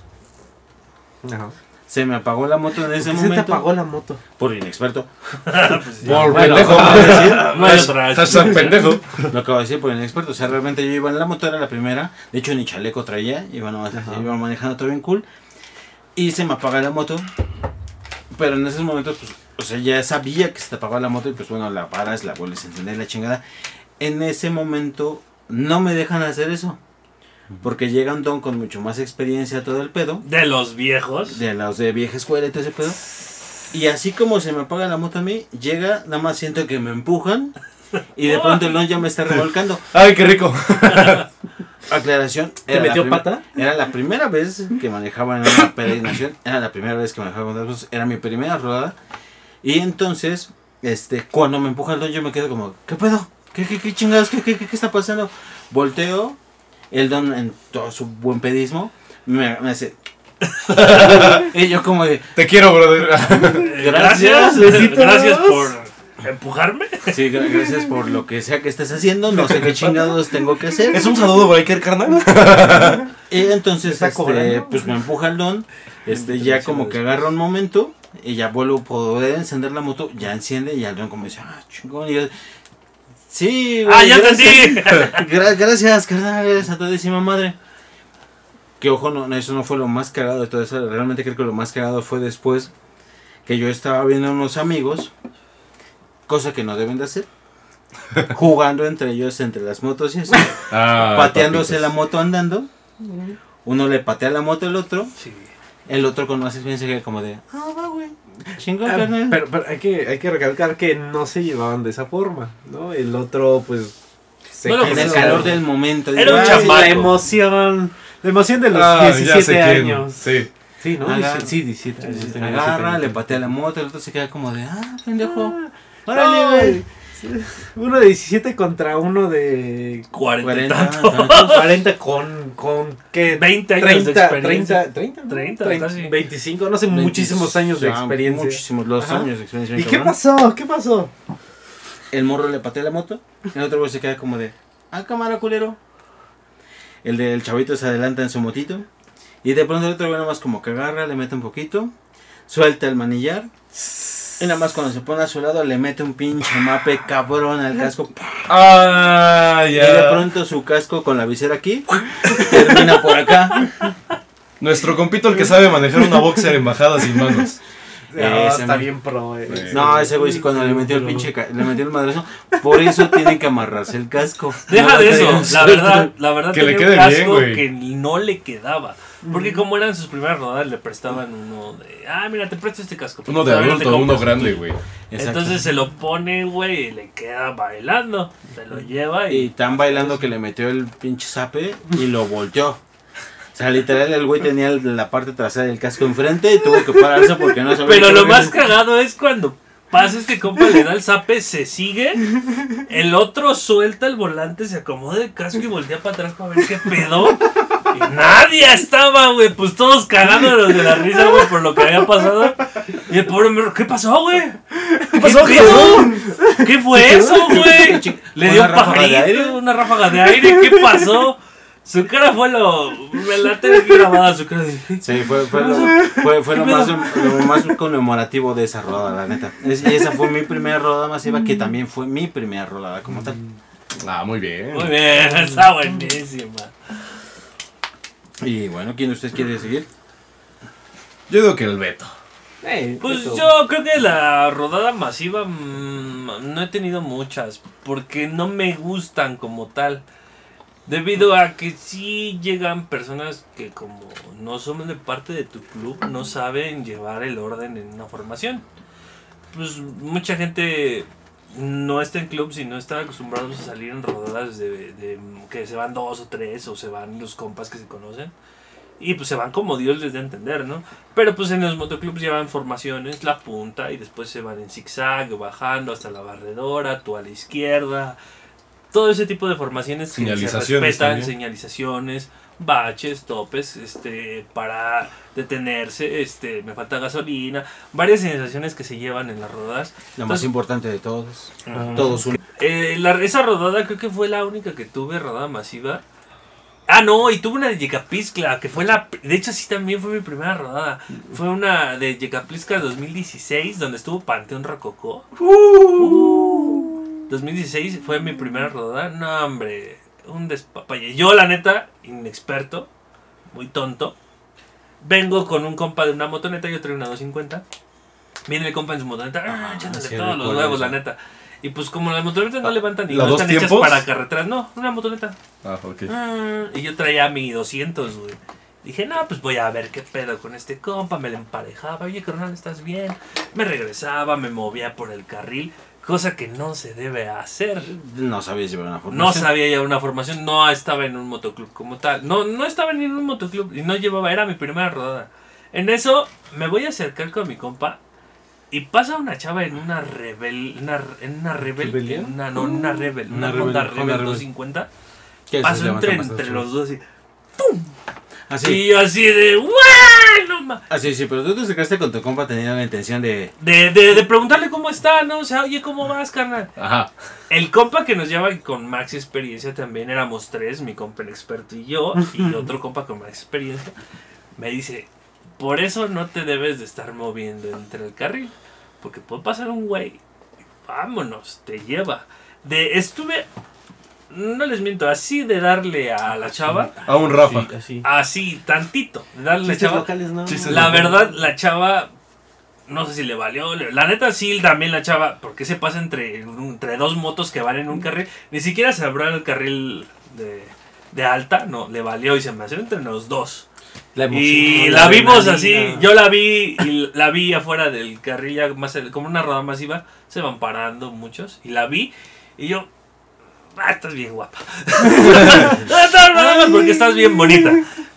C: Ajá.
D: Se me apagó la moto en
C: ¿Por qué se
D: ese
C: te
D: momento.
C: apagó la moto.
D: Por inexperto.
A: Por
D: Bueno,
A: pendejo.
D: acabo de decir,
B: No hay otra.
A: Estás tan pendejo.
D: Lo acabo de decir por inexperto. O sea, realmente yo iba en la moto, era la primera. De hecho, ni chaleco traía. Iba, nomás- iba manejando todo bien cool. Y se me apaga la moto. Pero en esos momentos, pues, o sea, ya sabía que se te apagaba la moto. Y pues, bueno, la paras, la vuelves a encender, la chingada. En ese momento, no me dejan hacer eso. Porque llega un don con mucho más experiencia, todo el pedo.
B: De los viejos.
D: De los de vieja escuela y todo ese pedo. Y así como se me apaga la moto a mí, llega, nada más siento que me empujan. Y de pronto el don ya me está revolcando.
A: Oh. Ay, qué rico.
D: Aclaración.
C: ¿Te
D: la
C: metió
D: prim-
C: pata?
D: Era la primera vez que manejaba en una peregrinación. Era la primera vez que manejaba con dos Era mi primera rodada. Y entonces, este, cuando me empuja el don, yo me quedo como, ¿qué pedo? ¿Qué, qué, qué chingados? ¿Qué, qué, qué, qué está pasando? Volteo. El don, en todo su buen pedismo, me, me hace... y yo como de...
A: Te quiero, brother.
B: Eh,
D: Gracias,
B: Gracias.
D: besitos.
B: Gracias por empujarme.
D: Sí, gra- gracias por lo que sea que estés haciendo. No sé qué chingados tengo que hacer.
A: es un saludo para Iker, carnal.
D: Y entonces,
E: ¿Está
D: este,
E: cobrando?
D: pues me empuja el don. Este, ya como que agarra un momento. Y ya vuelvo a poder encender la moto. Ya enciende. Y ya el don como dice, ah, chingón. Y yo, sí,
B: Ah,
D: güey,
B: ya
D: gracias.
B: entendí.
D: Gra- gracias, carnal. Eres a todísima madre. Que ojo, no, no, eso no fue lo más cagado de todo eso. Realmente creo que lo más cagado fue después que yo estaba viendo a unos amigos, cosa que no deben de hacer, jugando entre ellos, entre las motos y eso
A: Ah,
D: pateándose la moto andando. Uno le patea la moto al otro.
B: Sí.
D: El otro con más experiencia que como de, ah, va, güey. Chingón,
C: Ah,
D: carnal".
C: Pero, pero hay, que, hay que recalcar que no se llevaban de esa forma, ¿no? El otro, pues,
A: Se
B: No lo
A: quiso-
D: En el calor del momento.
B: Era un
D: Digo, ah,
B: chamaco.
C: la emoción. La emoción de los
A: Ah, ya
C: 17
A: sé quién.
C: años.
A: Sí.
C: Sí, ¿no?
D: Hagan-
C: Sí, 17 años.
D: sí,
C: tenía
D: Agarra,
C: 17
D: le
C: años.
D: patea la moto, el otro se queda como de, ah, pendejo.
C: Órale,
D: No,
C: güey. Uno de 17 contra uno de
B: 40 y
D: 40,
B: tanto.
D: tantos.
C: 40 con, con ¿qué?
B: 20 años de
C: 30,
B: experiencia.
C: 30, 30, ¿no?
B: 30, casi.
C: 25, no sé, muchísimos años de
D: Ah,
C: experiencia.
D: Muchísimos, los
C: Ajá.
D: años de experiencia.
E: ¿Y
D: bien
E: qué
D: cabrón.
E: pasó? ¿Qué pasó?
D: El morro le patea la moto, el otro güey se queda como de, ah, cámara culero. El del chavito se adelanta en su motito. Y de pronto el otro güey nada más como que agarra, le mete un poquito, suelta el manillar. Y nada más cuando se pone a su lado le mete un pinche mape cabrón al casco.
A: Ah,
D: Y de
A: ya.
D: pronto su casco con la visera aquí termina por acá.
A: Nuestro compito el que sabe manejar una boxer en bajada sin manos.
D: Eh,
C: Ah,
D: se
C: está
D: me-
C: bien pro, eh.
A: Sí.
D: No, ese güey sí cuando le metió el pinche ca- le metió el madrazo, por eso tiene que amarrarse el casco.
B: Deja
D: No,
B: de
D: no
B: eso,
D: tengas-
B: la verdad, la verdad
A: Que le
B: tenía un
A: quede bien,
B: casco
A: güey.
B: que no le quedaba. Porque como eran sus primeras rodadas, le prestaban uno de, ah, mira, te presto este casco.
A: Uno de
B: Todavía no te
A: adulto, uno
B: compras
A: grande,
B: tú".
A: güey.
D: Exacto.
B: Entonces se lo pone, güey, y le queda bailando. Se lo lleva
D: y
B: y...
D: tan bailando que le metió el pinche zape y lo volteó. O sea, literal el güey tenía el- la parte trasera del casco enfrente y tuvo que pararse porque no sabía.
B: Pero
D: qué
B: lo
D: verga
B: más
D: hacer.
B: cagado es cuando pasa este compa, le da el zape, se sigue. El otro suelta el volante, se acomoda el casco y voltea para atrás para ver qué pedo. Y nadie estaba, güey. Pues todos cagándonos de la risa, güey, por lo que había pasado. Y el pobre me ¿qué pasó, güey? ¿Qué pasó? ¿Qué, ¿Qué fue eso, güey? Le dio
D: ¿Una
B: un
D: ráfaga de aire?
B: pajarito, una ráfaga de aire. ¿Qué pasó? Su cara fue lo. Me la tengo aquí grabada, su cara de.
D: Sí, fue, fue lo, fue, fue lo más, lo más conmemorativo de esa rodada, la neta. Es- y esa fue mi primera rodada masiva,
B: Mm.
D: que también fue mi primera rodada como tal.
A: Ah, muy bien.
B: Muy bien, está buenísima.
D: Y bueno, ¿quién de ustedes quiere seguir?
A: Yo digo que el Beto.
C: Eh,
B: Pues
C: eso.
B: yo creo que la rodada masiva mm, no he tenido muchas porque no me gustan como tal. Debido a que sí llegan personas que como no son de parte de tu club, no saben llevar el orden en una formación. Pues mucha gente no está en club si no están acostumbrados a salir en rodadas de, de- que se van dos o tres o se van los compas que se conocen. Y pues se van como Dios les da a entender, ¿no? Pero pues en los motoclubs llevan formaciones, la punta, y después se van en zigzag, bajando hasta la barredora, tú a la izquierda. Todo ese tipo de formaciones que se
A: Señalizaciones
B: respetan,
A: también.
B: señalizaciones, baches, topes, este, para detenerse, este, me falta gasolina, varias señalizaciones que se llevan en las rodadas.
D: Lo
B: Entonces-
D: más
B: Ah.
D: importante de todos. Todos uno.
B: Eh, la- esa rodada creo que fue la única que tuve, rodada masiva. Ah, no, y tuve una de Yecapixtla, que fue la... De hecho, sí, también fue mi primera rodada. Fue una de Yecapixtla 2016, donde estuvo Panteón Rococó. 2016 fue mi primera rodada. No, hombre, un despapalle. Yo, la neta, inexperto, muy tonto. Vengo con un compa de una motoneta, yo traigo una 250. Viene el compa en su motoneta, ah, echándole
D: sí,
B: todos los
D: recuerdo
B: huevos,
D: eso.
B: la neta. Y pues como las motonetas no levantan y
A: ¿La
B: no
A: dos
B: están hechas
A: tiempos?
B: para carreteras, no, una motoneta.
A: Ah, ok.
B: Ah, Y yo traía mi 200, güey. Dije, no, pues voy a ver qué pedo con este compa. Me le emparejaba. Oye, carnal, ¿estás bien? Me regresaba, me movía por el carril. Cosa que no se debe hacer.
D: No sabía llevar una formación.
B: No sabía llevar una formación. No estaba en un motoclub como tal. No, no estaba ni en un motoclub. Y no llevaba. Era mi primera rodada. En eso me voy a acercar con mi compa. Y pasa una chava en una rebel. Una, en una rebel.
C: ¿Rebelía?
B: en una, no, en una rebel. Una,
D: Rebel,
B: Honda
D: Honda
B: Rebel
D: Rebel.
B: 250.
D: Que se
B: Pasa un
D: levanta
B: tren
D: más
B: entre
D: los-
B: los dos. Y,
D: Así,
B: y yo así de. "¡Guau, no ma-".
D: así, Ah, sí, pero tú te acercaste con tu compa teniendo la intención de...
B: De, de, de preguntarle cómo está, ¿no? O sea, oye, ¿cómo vas, carnal?
A: Ajá.
B: El compa que nos lleva con Max Experiencia también éramos tres, mi compa el experto y yo, y otro compa con Max Experiencia, me dice, por eso no te debes de estar moviendo entre el carril, porque puede pasar un güey, vámonos, te lleva. De, estuve, no les miento, así de darle a la chava,
A: A un Rafa.
C: Sí, así.
B: así, tantito, de darle a la
C: Chistes
B: chava,
C: locales, ¿no?
A: Chistes
B: la
A: locales.
B: verdad, la chava, no sé si le valió. le- La neta, sí, también la chava, porque se pasa entre, entre dos motos que van en un carril. Ni siquiera se abrió el carril de, de alta, no, le valió y se me hace entre los dos.
D: La
B: Y
D: emoción,
B: la vimos
D: adrenalina.
B: así, yo la vi y la vi afuera del carril, ya más el- como una rodada masiva, se van parando muchos, y la vi, y yo, ah, estás bien guapa. no, no, nada más porque estás bien bonita.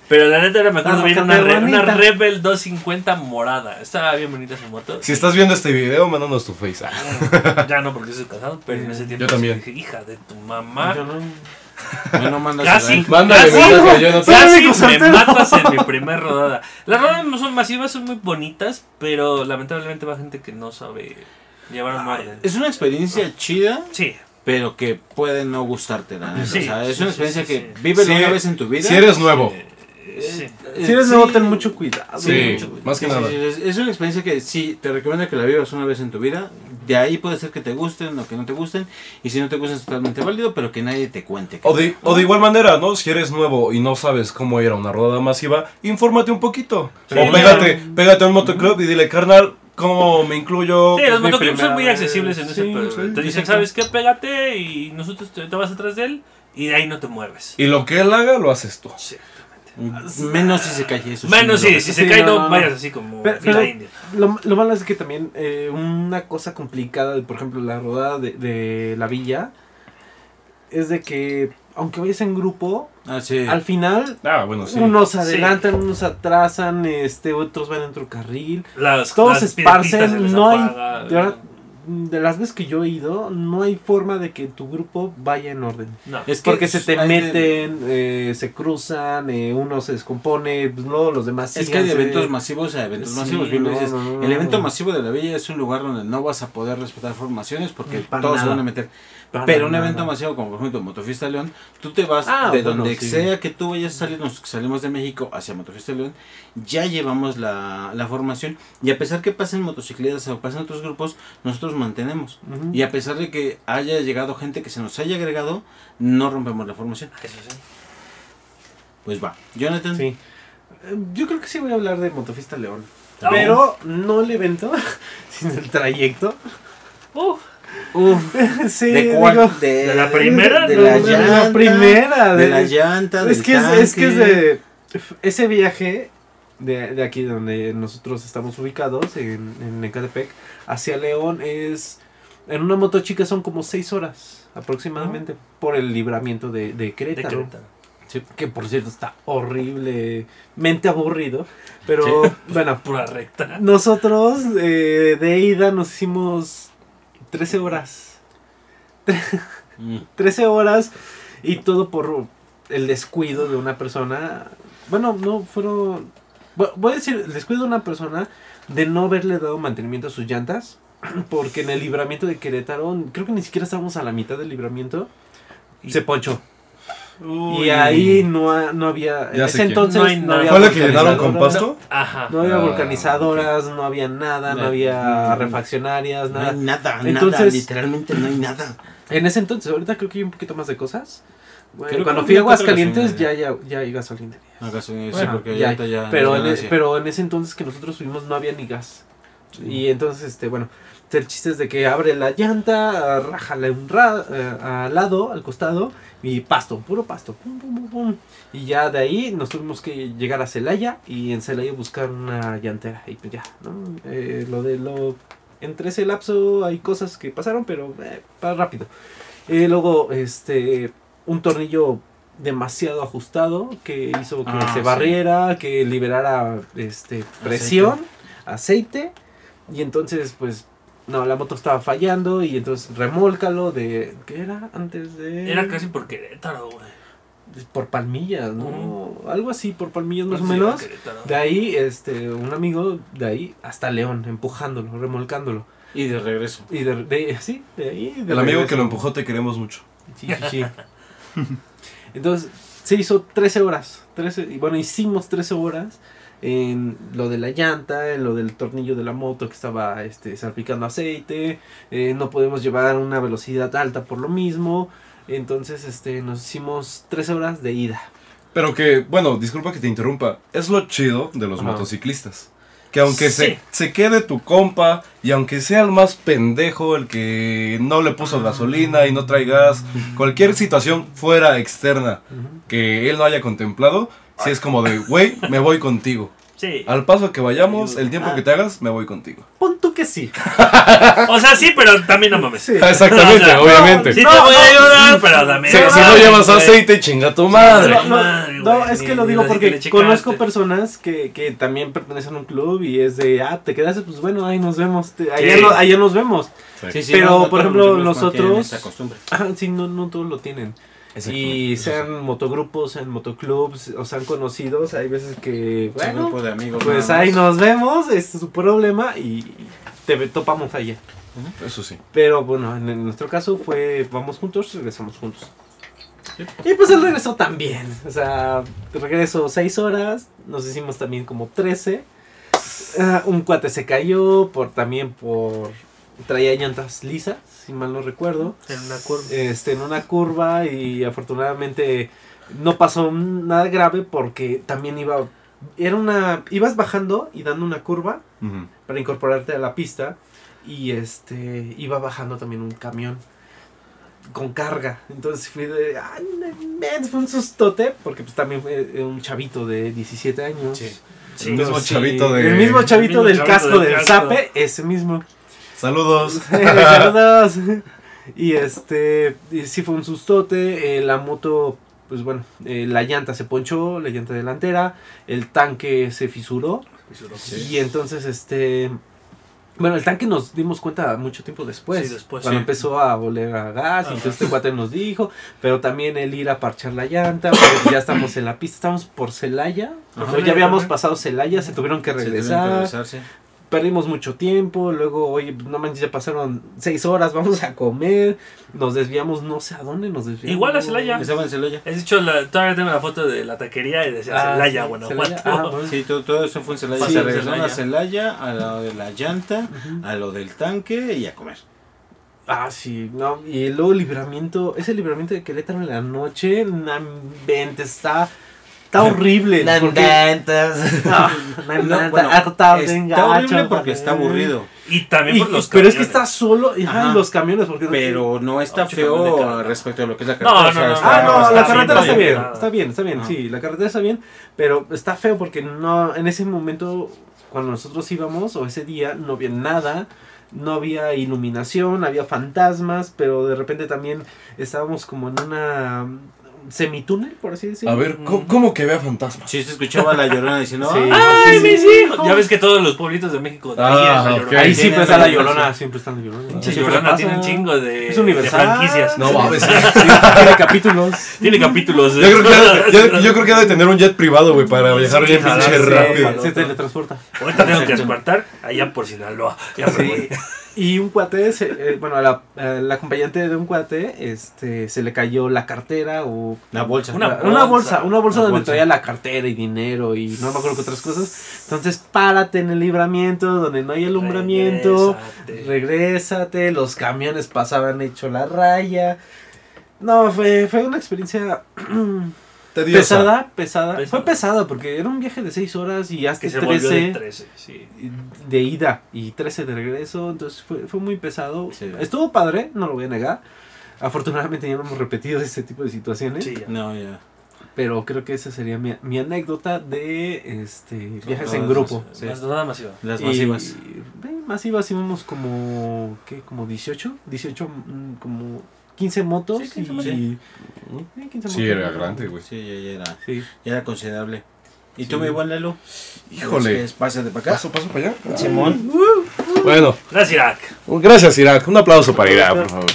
B: Pero la neta era me acuerdo
G: Ah,
B: bien
G: porque
B: una, re-
G: bonita.
B: una Rebel 250 morada. Estaba bien bonita su moto.
A: Si estás viendo este video, mándanos tu face. Ah.
B: Ya no porque soy casado, pero en ese tiempo
A: Yo también.
B: dije, hija de tu mamá.
G: Yo no. Bueno, mandas
B: Casi,
A: Mándale
B: casi,
A: mensaje, yo no te-
B: casi me matas en mi primera rodada. Las rodadas no son masivas, son muy bonitas, pero lamentablemente va gente que no sabe llevar
G: Ah,
B: un orden.
D: Es una experiencia chida,
B: Sí,
D: pero que puede no gustarte, la neta.
B: Sí,
D: o sea,
B: sí,
D: es una
B: sí,
D: experiencia
B: sí,
D: que
B: sí.
D: vives
A: Sí,
D: una vez en tu vida.
A: Si eres nuevo.
B: sí.
D: eh,
G: Si eres
D: sí,
G: nuevo, ten mucho cuidado.
A: Sí, más que
D: sí,
A: nada.
D: sí, es- es una experiencia que sí, te recomiendo que la vivas una vez en tu vida. De ahí puede ser que te gusten o que no te gusten. Y si no te gustan es totalmente válido, pero que nadie te cuente.
A: O de, o de igual manera, ¿no? Si eres nuevo y no sabes cómo ir a una rodada masiva, infórmate un poquito.
B: Sí,
A: o pégate, pégate a un motoclub y dile, carnal, ¿cómo me incluyo?
B: Sí,
A: Es
B: los
A: mi
B: motoclubs son
A: primera
B: muy
A: vez".
B: accesibles en ese
A: Sí,
B: pedo.
A: sí,
B: te dicen,
A: exacto.
B: ¿sabes qué? Pégate y nosotros te, te vas atrás de él y de ahí no te mueves.
A: Y lo que él haga, lo haces tú.
B: Sí.
D: Menos si se calle eso. sí,
B: Menos
D: no.
B: si, si se
G: Sí,
B: cae,
G: no,
B: no,
G: no, no.
B: vayas así como
G: Pero-
B: fila
G: pero-
B: india.
G: Lo, lo malo es que también eh, una cosa complicada, de, por ejemplo, la rodada de, de la villa, es de que aunque vayas en grupo,
D: Ah, sí.
G: al final
A: Ah, bueno, sí.
G: unos
B: Sí.
G: adelantan, unos atrasan, este, otros van en otro carril.
B: Las,
G: Todos
B: las
G: se esparcen,
B: piedritas se les
G: no hay-
B: apaga.
G: de verdad, De las veces que yo he ido, no hay forma de que tu grupo vaya en orden.
B: No.
D: Es que
G: Porque se te
D: hay de-
G: meten, eh, se cruzan, eh, uno se descompone, pues, luego los demás
D: Es que hay de
G: síganse.
D: eventos masivos a eventos
G: Sí,
D: masivos. Bien lo
G: no,
D: dices.
G: no, no,
D: el
G: no.
D: evento masivo de la villa es un lugar donde no vas a poder respetar formaciones porque
G: Mm, Para
D: todos se
G: nada.
D: van a meter.
G: Para
D: Pero un
G: nada.
D: evento masivo como por ejemplo Motofiesta León, tú te vas
G: Ah,
D: de
G: bueno,
D: donde
G: sí.
D: sea que tú vayas a salir, nos salimos de México hacia Motofiesta León, ya llevamos la, la formación y a pesar que pasen motocicletas o pasen otros grupos, nosotros mantenemos.
G: Ujú.
D: Y a pesar de que haya llegado gente que se nos haya agregado, no rompemos la formación.
B: Eso sí.
D: Pues va. Jonathan,
G: Sí. Eh, Yo creo que sí voy a hablar de Motofista León.
B: Ah,
G: Pero no el evento, sino el trayecto.
B: Uh,
D: Uf,
G: sí,
D: ¿de
G: digo,
D: cuál?
B: ¿De la primera?
D: De
G: no,
D: la
G: no, de
D: llanta.
G: primera.
D: de
G: de-
D: la llanta,
G: es,
D: del
G: que es, es que es
D: tanque.
G: de. Ese viaje de, de aquí donde nosotros estamos ubicados, en, en Ecatepec, hacia León es. En una moto chica son como 6 horas aproximadamente por el libramiento de, de
B: de
G: Querétaro.
B: Querétaro.
G: Sí, que por cierto está horriblemente aburrido. Pero bueno,
B: Pura recta.
G: nosotros eh, de ida nos hicimos 13 horas.
D: Mm.
G: 13 horas y todo por el descuido de una persona. Bueno, no fueron. bu- Voy a decir, el descuido de una persona de no haberle dado mantenimiento a sus llantas. Porque en el libramiento de Querétaro, creo que ni siquiera estábamos a la mitad del libramiento. se ponchó.
A: Uy.
G: Y ahí no, ha- no había. En
A: Ya
G: ese
A: sé quién.
G: entonces
B: No hay
G: no
B: nada.
G: había
A: ¿Fue la que llenaron
G: vulcanizadoras,
A: con pasto?
B: Ajá.
G: No había
A: Ah,
G: vulcanizadoras, no había nada, no
D: No,
G: había
D: no,
G: refaccionarias,
D: No hay
G: Pues nada.
D: nada, nada,
G: Entonces-
D: literalmente no hay nada.
G: En ese entonces, ahorita creo que hay un poquito más de cosas. Bueno,
D: Creo que
G: cuando
D: no
G: fui a
D: había otra
G: Aguascalientes ya, ya, ya hay gasolinerías. Bueno, ya hay, pero, en, es- pero en ese entonces que nosotros fuimos no había ni gas. Y entonces, este, bueno, el chiste es de que abre la llanta, rájale un ra- eh, al lado, al costado, y pasto, puro pasto. pum, pum, pum, pum. Y ya de ahí nos tuvimos que llegar a Celaya y en Celaya buscar una llantera. Y pues ya, ¿no? Eh, lo de lo... Entre ese lapso hay cosas que pasaron, pero eh, para rápido. Eh, luego, este, un tornillo demasiado ajustado que hizo que
D: Ah,
G: se
D: sí.
G: barriera, que liberara este, presión, aceite. Y entonces, pues, no, la moto estaba fallando y entonces remólcalo de... ¿Qué era? Antes de...
B: Era casi por Querétaro, güey.
G: Por palmillas, ¿no?
B: Ujú.
G: Algo así, por palmillas más o
B: Sí, era
G: menos.
B: Querétaro.
G: De ahí, este, un amigo de ahí hasta León, empujándolo, remolcándolo.
D: Y de regreso.
G: Y de, de- sí, de ahí. de
A: El amigo
G: regreso.
A: que lo empujó te queremos mucho.
G: Sí, sí, sí. Entonces, se hizo 13 horas. 13, y bueno, hicimos 13 horas en lo de la llanta, en lo del tornillo de la moto que estaba este, salpicando aceite. eh, no podemos llevar una velocidad alta por lo mismo. Entonces, este, nos hicimos 13 horas de ida.
A: Pero que, bueno, disculpa que te interrumpa. Es lo chido de los
G: Ajá.
A: motociclistas. Que aunque se,
B: Sí.
A: se quede tu compa y aunque sea el más pendejo, el que no le puso gasolina y no trae gas, cualquier situación fuera externa que él no haya contemplado, si es como de, güey, me voy contigo.
B: Sí.
A: Al paso que vayamos, el tiempo que te hagas, me voy contigo.
G: Pon tú que sí.
A: Ah.
B: O sea, sí, pero también no mames.
E: Sí.
A: Exactamente,
B: No,
A: obviamente.
B: Sí te voy a ayudar, pero también.
A: Si, si no
B: mames,
A: llevas
B: güey.
A: aceite, chinga tu madre.
G: No, no,
B: Madre,
G: no,
B: güey,
G: es
B: ni-
G: que lo
B: ni
G: digo
B: así que
G: porque
B: le checaste.
G: conozco personas que, que también pertenecen a un club y es de, ah, te quedaste, pues bueno, ahí nos vemos, te- allá,
B: Sí.
G: no- allá nos vemos.
A: Sí,
G: Pero, por
D: todos
G: ejemplo,
D: los demás
G: nosotros-
D: mantienen esa costumbre.
G: Ah, sí, no, no todos lo tienen. Y sean motogrupos, sean motoclubs, o sean conocidos, hay veces que,
D: Es un
G: bueno,
D: grupo de amigos.
G: pues
D: nada
G: ahí
D: más.
G: nos vemos, es su problema y te ve- topamos allá.
A: Eso sí.
G: Pero bueno, en, en nuestro caso fue, vamos juntos, regresamos juntos. Y pues él regresó también. O sea, regreso seis horas, nos hicimos también como 13. Ah, un cuate se cayó por también por... Traía llantas lisas, si mal no recuerdo.
B: En una curva.
G: Este, en una curva y afortunadamente no pasó nada grave porque también iba... Era una... Ibas bajando y dando una curva
A: Ujú.
G: para incorporarte a la pista y este iba bajando también un camión con carga entonces fui de "Ah, no inventes", fue un sustote porque pues también fue eh, un chavito de 17 años
D: Sí.
B: Sí. pues,
A: El mismo
G: Entonces,
A: chavito
G: sí,
A: de-
G: el mismo
B: El
G: chavito
B: mismo
G: del
B: chavito
G: casco
B: del
G: del
B: casco.
G: zape ese mismo
A: Saludos.
G: Saludos. y este y sí fue un sustote eh, la moto pues bueno eh, la llanta se ponchó la llanta delantera el tanque se fisuró y entonces, este. Bueno, el tanque nos dimos cuenta mucho tiempo después.
B: Sí, después,
G: Cuando
B: sí.
G: empezó a oler a gas,
B: Ah,
G: y entonces este cuate nos dijo. Pero también el ir a parchar la llanta, porque ya estamos en la pista, estamos por Celaya.
D: Ajá.
G: o ya habíamos pasado Celaya, se tuvieron que
D: Se tuvieron que
G: regresar.
D: regresar, sí.
G: Perdimos mucho tiempo. Luego, oye, no manches, ya pasaron seis horas, vamos a comer. Nos desviamos, no sé a dónde nos desviamos.
B: Igual a Celaya.
D: Estaba en Celaya.
B: Has dicho, la, todavía tengo la foto de la taquería y decía
G: Ah,
B: Celaya,
G: sí,
B: Guanajuato.
G: Celaya. Ah, bueno.
D: Sí, todo, todo eso fue en Celaya.
B: Sí,
D: Se
B: en
D: regresaron a
B: Celaya.
D: Celaya, a lo de la llanta,
G: Ujú.
D: a lo del tanque y a comer.
G: Ah, sí, no, y luego libramiento, ese libramiento de Querétaro en la noche, no inventes, está, está horrible. porque- No,
B: Ah,
G: no inventes,
D: No, bueno,
G: harta,
D: está
G: Ah, venga,
D: horrible
G: chapa,
D: porque está
G: güey.
D: aburrido.
B: Y también
G: Y-
B: por los
G: pero es que
B: camiones.
G: está solo, ajá, y
D: Ajá.
G: los camiones, porque
D: Pero no está
B: Ocho camiones de
D: feo
B: carga.
D: respecto a lo que es la
B: No,
D: carretera.
B: no,
D: o sea,
B: no, no.
D: está-
G: Ah, no, la
D: está
G: carretera está bien,
B: bien.
G: está bien, está bien,
D: Ajá.
G: sí, la carretera está bien, pero está feo porque no, en ese momento, cuando nosotros íbamos, o ese día, no había nada, no había iluminación, había fantasmas, pero de repente también estábamos como en una mm, semitúnel, por así decirlo.
A: A ver, ¿cómo, cómo que vea fantasmas?
D: Sí, se escuchaba la llorona diciendo.
G: Sí.
D: "Ah,
B: ¡Ay,
G: Sí,
B: mis
G: sí.
B: hijos! Ya ves que todos los pueblitos de México
A: Ah,
B: tenían la
A: ok.
B: Llorona.
G: Ahí
D: Ahí
G: siempre
D: tienen
G: está la
D: la
G: llorona,
D: Llorona.
G: siempre está la llorona.
B: Pinche
G: Siempre
B: Llorona
G: pasa.
B: tiene un chingo de,
G: Es
B: de
G: universal.
B: franquicias.
A: No mames.
G: Tiene capítulos.
B: Tiene capítulos.
A: Yo
B: ¿eh?
A: creo, que, ha de- yo- yo creo que ha de tener un jet privado, güey, para viajar bien
B: Ojalá
A: pinche
B: sí.
A: rápido.
G: Se, se teletransporta.
B: Ahorita tengo que despertar allá por Sinaloa. Ya me voy.
G: Y un cuate, se- eh, bueno, a la, a la acompañante de un cuate, este, se le cayó la cartera o...
D: La bolsa.
B: Una-
G: la-
B: bolsa.
G: una bolsa, una bolsa
D: Una
G: donde
D: bolsa.
G: traía la cartera y dinero y no me acuerdo qué otras cosas. Entonces, párate en el libramiento, donde no hay alumbramiento,
B: Regrésate.
G: regrésate, los camiones pasaban hecho la raya. No, fue, fue una experiencia
A: Tediosa.
G: pesada, pesada.
B: Pesada.
G: Fue pesada porque era un viaje de 6 horas y hasta
B: Que se
G: 13
B: volvió de 13, sí.
G: de ida y 13 de regreso, entonces fue, fue muy pesado.
D: Sí.
G: Estuvo padre, no lo voy a negar. Afortunadamente ya no hemos repetido este tipo de situaciones,
B: Sí, ya.
D: No, ya.
G: pero creo que esa sería mi, mi anécdota de este viajes en
D: todas
G: grupo.
D: esas. Sí.
B: Más nada más iba.
D: Las
G: Y-
D: masivas.
G: eh, masivas íbamos como, ¿qué? Como 18, 18, mm, como 15 motos
D: Sí, 15
G: y...
D: motos.
G: Sí, 15
A: Sí,
G: motos.
A: era grande, güey.
D: Sí, ya, ya era,
G: Sí.
D: ya era considerable. ¿Y tú, mi buen Lalo?
A: Híjole.
D: Entonces, Pásate para acá.
A: Paso, paso para allá.
D: Simón.
A: Bueno,
B: Gracias, Irak.
A: Gracias, Irak. Un aplauso para Irak, por favor.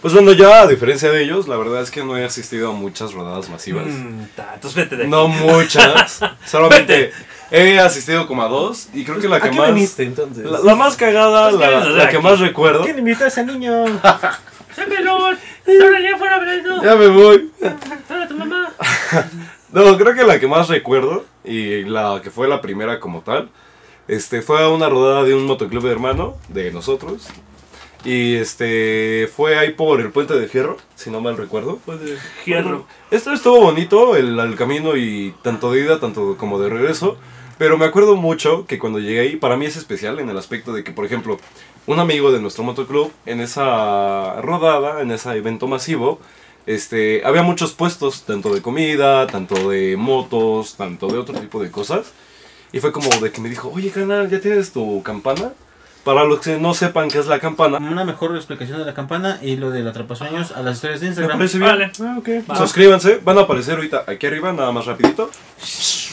A: Pues bueno, ya a diferencia de ellos, la verdad es que no he asistido a muchas rodadas masivas.
B: Mm, ta, Entonces vete de aquí.
A: No muchas. Solamente he asistido como a dos y creo que la
G: ¿A
A: que
G: qué
A: más...
G: viniste entonces?
A: La, la más cagada,
B: Pues, ¿qué
A: la,
B: vienes a hacer
A: la que
B: aquí?
A: más recuerdo.
G: ¿Quién invitó a ese niño?
B: ¡Sáquenlo! ¡Ahora ya fuera, Brendo!
A: Ya me voy.
B: ¡Ahora tu mamá!
A: No, creo que la que más recuerdo y la que fue la primera como tal, este, fue una rodada de un motoclub de hermano de nosotros. Y este fue ahí por el puente de fierro, si no mal recuerdo.
B: Hierro.
A: Esto estuvo bonito, el, el camino y tanto de ida, tanto como de regreso. Pero me acuerdo mucho que cuando llegué ahí, para mí es especial en el aspecto de que, por ejemplo, un amigo de nuestro motoclub, en esa rodada, en ese evento masivo, este, había muchos puestos, tanto de comida, tanto de motos, tanto de otro tipo de cosas. Y fue como de que me dijo, oye, canal, ¿ya tienes tu campana? Para los que no sepan qué es la campana,
D: Una mejor explicación de la campana y lo del atrapasueños a las historias de
A: me
D: Instagram.
A: parece bien.
B: Vale.
C: Ah, ok.
B: Va.
A: Suscríbanse, van a aparecer ahorita aquí arriba, nada más rapidito.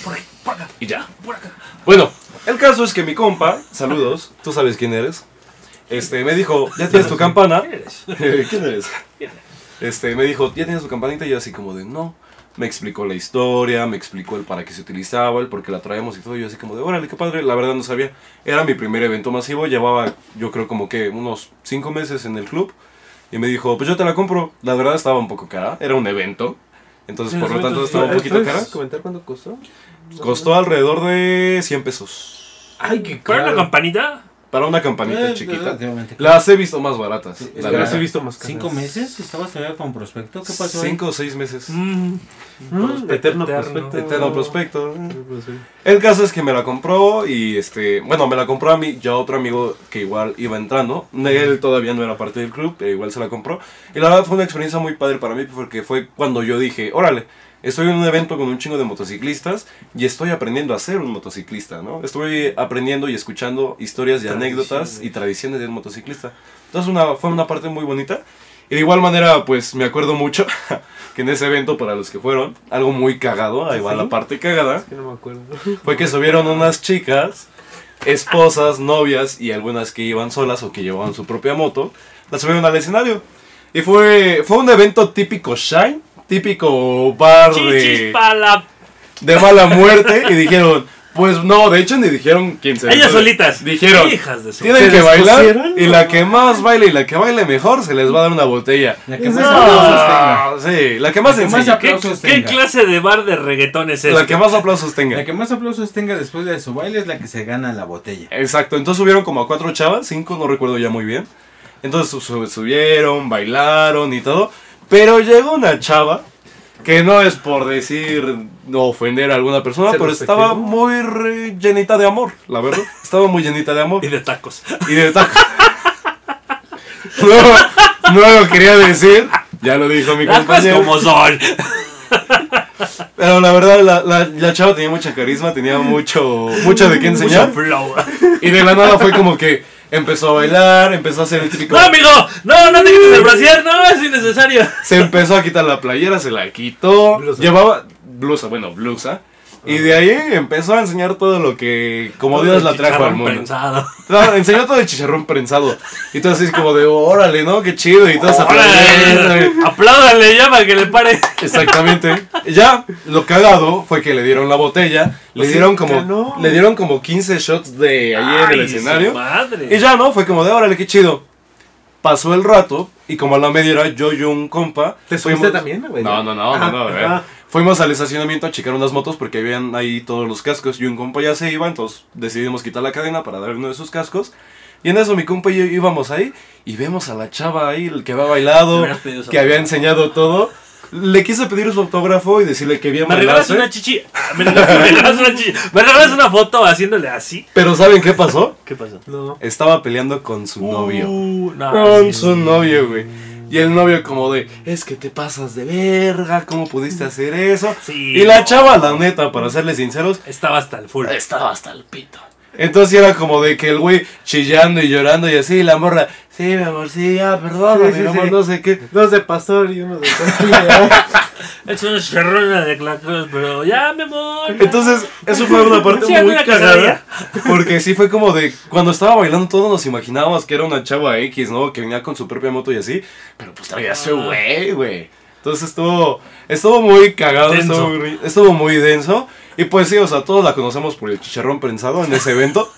B: Por ahí, por acá,
A: Y ya.
B: por acá.
A: Bueno, el caso es que mi compa, saludos, tú sabes quién eres. Este, me dijo, ¿ya tienes tu campana?
B: ¿Qué eres?
A: ¿Quién eres? Este, me dijo, ¿ya tienes tu campanita? Y yo así como de, no. Me explicó la historia, me explicó el para qué se utilizaba, el por qué la traíamos y todo. Y yo así como de, órale, qué padre. La verdad no sabía. Era mi primer evento masivo. Llevaba, yo creo, como que unos cinco meses en el club. Y me dijo, pues yo te la compro. La verdad estaba un poco cara. Era un evento. Entonces,
B: Sí,
A: por
B: los
A: lo tanto,
B: eventos
G: Ah,
A: estaba un
B: de-
G: pues,
A: poquito cara.
C: comentar cuánto costó?
A: Costó alrededor de 100 pesos.
C: Ay, qué
B: ¿Cuál era la
C: caro.
B: campanita?
A: Para una campanita
D: Eh,
A: chiquita.
D: relativamente.
A: Las he visto más baratas.
C: Es que
A: la
C: las
A: verdad.
C: he visto más caras.
D: ¿Cinco meses? ¿Estabas todavía con prospecto? ¿Qué pasó ahí?
A: Cinco o seis meses.
B: Mm,
C: Mm, eterno,
B: Eterno.
C: prospecto.
A: Eterno prospecto.
G: pues
A: El caso es que me la compró y este, bueno, me la compró a mí, ya otro amigo que igual iba entrando, él todavía no era parte del club, pero igual se la compró. Y la verdad fue una experiencia muy padre para mí porque fue cuando yo dije, órale, estoy en un evento con un chingo de motociclistas y estoy aprendiendo a ser un motociclista, ¿no? Estoy aprendiendo y escuchando historias y anécdotas y tradiciones del motociclista. Entonces una, fue una parte muy bonita. Y de igual manera, pues me acuerdo mucho que en ese evento, para los que fueron, algo muy cagado, ahí va la parte cagada
C: Que no me acuerdo.
A: fue que subieron unas chicas, esposas, novias y algunas que iban solas o que llevaban su propia moto, las subieron al escenario. Y fue, fue un evento típico Shine, típico bar
B: Chichis
A: de,
B: para la.
A: de mala muerte y dijeron, pues no, de hecho ni dijeron quién se
B: Ellas solitas.
A: Dijeron,
B: Hijas de su.
A: Tienen
C: ¿Se
A: que
C: les
A: bailar
C: pusieron?
A: y la que más baile y la que baile mejor se les va a dar una botella.
D: La que más aplausos tenga.
A: Ah, sí, la que más
D: La que más
A: enseñe,
B: ¿Qué,
D: aplausos
B: qué
D: tenga.
B: clase de bar de reggaetón es
A: la
B: este?
A: que más aplausos tenga.
D: La que más aplausos tenga después de su baile es la que se gana la botella.
A: Exacto, entonces subieron como a cuatro chavas, cinco, no recuerdo ya muy bien. Entonces su- su- subieron, bailaron y todo. Pero llegó una chava, que no es por decir no ofender a alguna persona,
C: Se
A: pero
C: respetó.
A: estaba muy re- llenita de amor, la verdad. Estaba muy llenita de amor
B: Y de tacos.
A: y de tacos. No, no lo quería decir, ya lo dijo mi
B: Las cosas
A: compañero.
B: como son.
A: Pero la verdad, la, la- la chava tenía mucha carisma, tenía mucho, mucho de qué enseñar.
B: Mucho flow.
A: Y de la nada fue como que empezó a bailar, empezó a hacer el típico.
B: No, amigo. No, no te quites el brasier. No, es innecesario.
A: Se empezó a quitar la playera, se la quitó.
C: Blusa.
A: Llevaba blusa, bueno, blusa. Y de ahí empezó a enseñar todo lo que, como Dios la trajo al
B: Chicharrón
A: mundo.
B: prensado.
A: No, enseñó todo el chicharrón prensado. Y todo así es como de, órale, ¿no? Qué chido. Y todo esa eh.
B: Órale, Apláudale ya para que le pare.
A: Exactamente. Ya, lo cagado fue que le dieron la botella. Le
C: Sí,
A: dieron
C: que
A: como,
C: no.
A: le dieron como 15 shots de ahí en el
B: Ay, su
A: escenario.
B: Madre.
A: Y ya, ¿no? Fue como de, órale, qué chido. Pasó el rato y como a la media era yo y un compa.
C: ¿Te
A: fuimos-
C: subiste también, güey?
A: No, no, no, no, no, a ver.
C: Ah.
A: Fuimos al estacionamiento a checar unas motos porque habían ahí todos los cascos y un compa ya se iba, entonces decidimos quitar la cadena para dar uno de sus cascos. Y en eso mi compa y yo íbamos ahí y vemos a la chava ahí, el que había bailado,
B: Hubieras pedido su
A: que había enseñado todo. Le quise pedir su autógrafo y decirle que bien
B: Me regalas
A: bailaste,
B: una chichi. Ah, Me regalas, me regalas una chichi. Me regalas una foto haciéndole así.
A: Pero ¿saben qué pasó?
B: ¿Qué pasó?
C: No.
A: Estaba peleando con su novio.
B: Uh, no,
A: Con
B: sí,
A: su
B: sí.
A: novio, güey. Y el novio como de, es que te pasas de verga, ¿cómo pudiste hacer eso?
B: Sí.
A: Y la chava, la neta, para serles sinceros,
B: Estaba hasta el full.
A: estaba hasta el pito. Entonces era como de que el güey chillando y llorando y así, y la morra, sí, mi amor, sí, ya, perdón,
C: Sí, sí,
A: mi amor,
C: sí.
A: no sé qué.
C: Dos de pastor y uno de tortilla.
B: Es una chicharrona de clacos, pero ya me voy.
A: Entonces, eso fue una parte
B: Sí,
A: muy
B: alguna
A: cagada.
B: cagadilla.
A: Porque sí fue como de. Cuando estaba bailando, todos nos imaginábamos que era una chava X, ¿no? Que venía con su propia moto y así. Pero pues traía su
B: Ah.
A: güey, güey. Entonces estuvo. Estuvo muy cagado,
B: Denso.
A: estuvo muy, ri- estuvo muy denso. Y pues sí, o sea, todos la conocemos por el chicharrón prensado en ese evento.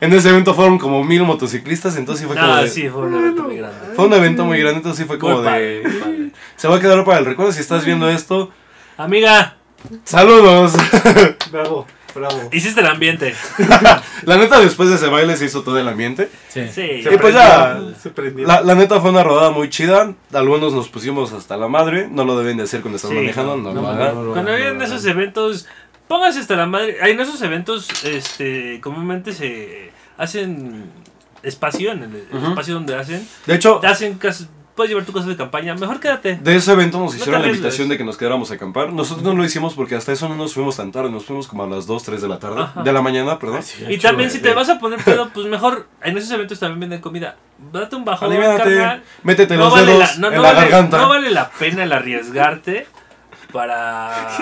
A: En ese evento fueron como mil motociclistas, entonces sí fue como
B: No,
A: de-
B: Ah, sí, fue un evento muy grande.
A: Fue un evento muy grande, entonces sí fue como
B: Muy
A: de.
B: padre, muy padre.
A: Se va a quedar para el recuerdo. Si estás viendo esto,
B: Amiga,
A: saludos.
C: Bravo, bravo.
B: hiciste el ambiente.
A: La neta, después de ese baile se hizo todo el ambiente.
D: Sí.
B: Sí.
A: Y pues ya.
C: Se prendió.
A: La, la neta fue una rodada muy chida. Algunos nos pusimos hasta la madre. No lo deben de hacer cuando están
B: Sí,
A: manejando, no,
B: no,
A: lo
C: no,
A: hagan.
C: no, no.
B: Ah, Cuando vienen esos eventos, pónganse hasta la madre. Ay, En esos eventos, este, comúnmente se hacen espacio en el espacio donde hacen.
A: De hecho,
B: Hacen casi puedes llevar tu cosa de campaña, mejor quédate.
A: De ese evento nos
B: No
A: hicieron
B: te
A: la
B: arriesgues.
A: invitación de que nos quedáramos a acampar. Nosotros no lo hicimos porque hasta eso no nos fuimos tan tarde. Nos fuimos como a las 2, 3 de la tarde.
B: Ajá.
A: De eh, la mañana, perdón.
B: Y también si te vas a poner pedo, pues mejor en esos eventos también venden comida. Date un bajón,
A: Aliviánate,
B: carnal.
A: métete
B: No
A: los
B: vale, la,
A: dedos
B: no,
A: en
B: no
A: la
B: vale-
A: garganta.
B: no vale la pena el arriesgarte para,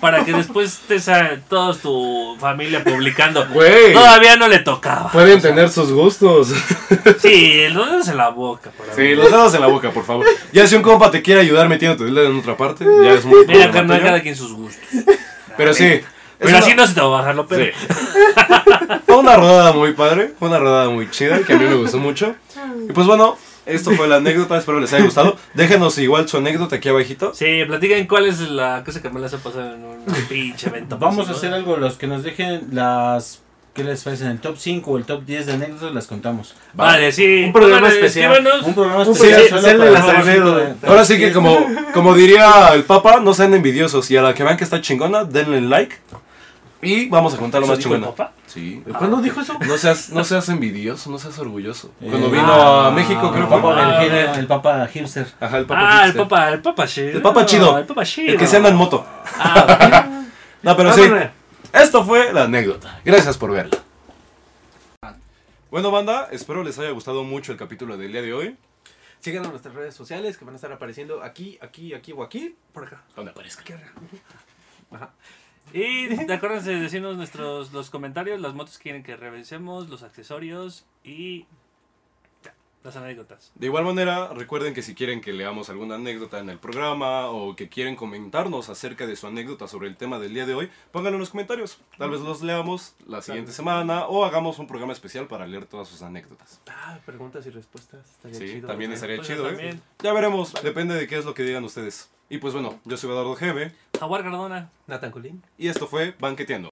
B: para que después te salga toda tu familia publicando.
A: Güey,
B: Todavía no le tocaba.
A: pueden tener sus gustos.
B: Sí, el dedo en la boca. para
A: Sí,
B: mí.
A: los dedos en la boca, por favor. Ya si un compa te quiere ayudar metiéndote el dedo en otra parte, ya es muy
B: Mira,
A: problemático.
B: carnal, cada quien sus gustos.
A: Pero sí. es
B: Pero
A: una-
B: así no se te va a bajar lo pedo.
A: Sí. Fue una rodada muy padre, fue una rodada muy chida, que a mí me gustó mucho. Y pues bueno, esto fue la anécdota, espero les haya gustado. Déjenos igual su anécdota aquí abajito.
B: Sí, platiquen cuál es la cosa que me las ha pasado en un pinche evento.
D: Vamos a
B: ¿no?
D: hacer algo, los que nos dejen las... ¿Qué les parece? En el top 5 o el top 10 de anécdotas las contamos.
B: Vale, sí.
G: Un programa
B: Vale,
G: especial.
B: escríbanos.
D: Un programa
G: Un
D: especial
G: programa
D: solo
G: especial de
D: para
G: las
D: los
G: Alfredo,
D: cinco de-
A: Ahora sí que como, como diría el Papa, no sean envidiosos y a la que vean que está chingona, denle like y vamos a contar lo
B: ¿Eso
A: más
B: dijo el
A: chingona.
B: papá?
A: Sí.
C: ¿Cuándo dijo eso?
A: No seas, no seas envidioso, no seas orgulloso.
D: Eh,
A: Cuando vino
D: ah,
A: a México, creo
D: el papa,
A: que
B: ah,
D: del
B: ah.
D: hipster, el papa hipster.
A: Ajá, el Papa.
B: Ah, el
A: Hipster.
B: papá, el papá chido.
A: El papá chido.
B: El papá chido.
A: El que se anda en moto.
B: Ah,
A: No, pero sí. Esto fue la anécdota. Gracias por verla. Bueno, banda, espero les haya gustado mucho el capítulo del día de hoy.
C: Síganos en nuestras redes sociales que van a estar apareciendo aquí, aquí, aquí o aquí. Por acá.
A: Donde aparezca.
B: Y te acuérdense de decirnos nuestros los comentarios, las motos que quieren que revisemos, los accesorios y ya, las anécdotas.
A: De igual manera, recuerden que si quieren que leamos alguna anécdota en el programa o que quieren comentarnos acerca de su anécdota sobre el tema del día de hoy, pónganlo en los comentarios. Tal vez los leamos la siguiente semana o hagamos un programa especial para leer todas sus anécdotas.
C: Ah, preguntas y respuestas. Estaría
A: Sí,
C: chido,
A: también
C: ¿no?
A: estaría
B: Pues,
A: chido, ¿eh?
B: también.
A: Ya veremos, depende de qué es lo que digan ustedes. Y pues bueno, yo soy Eduardo Gebe
B: Jaguar Cardona.
C: Nathan Colín.
A: y esto fue Banqueteando.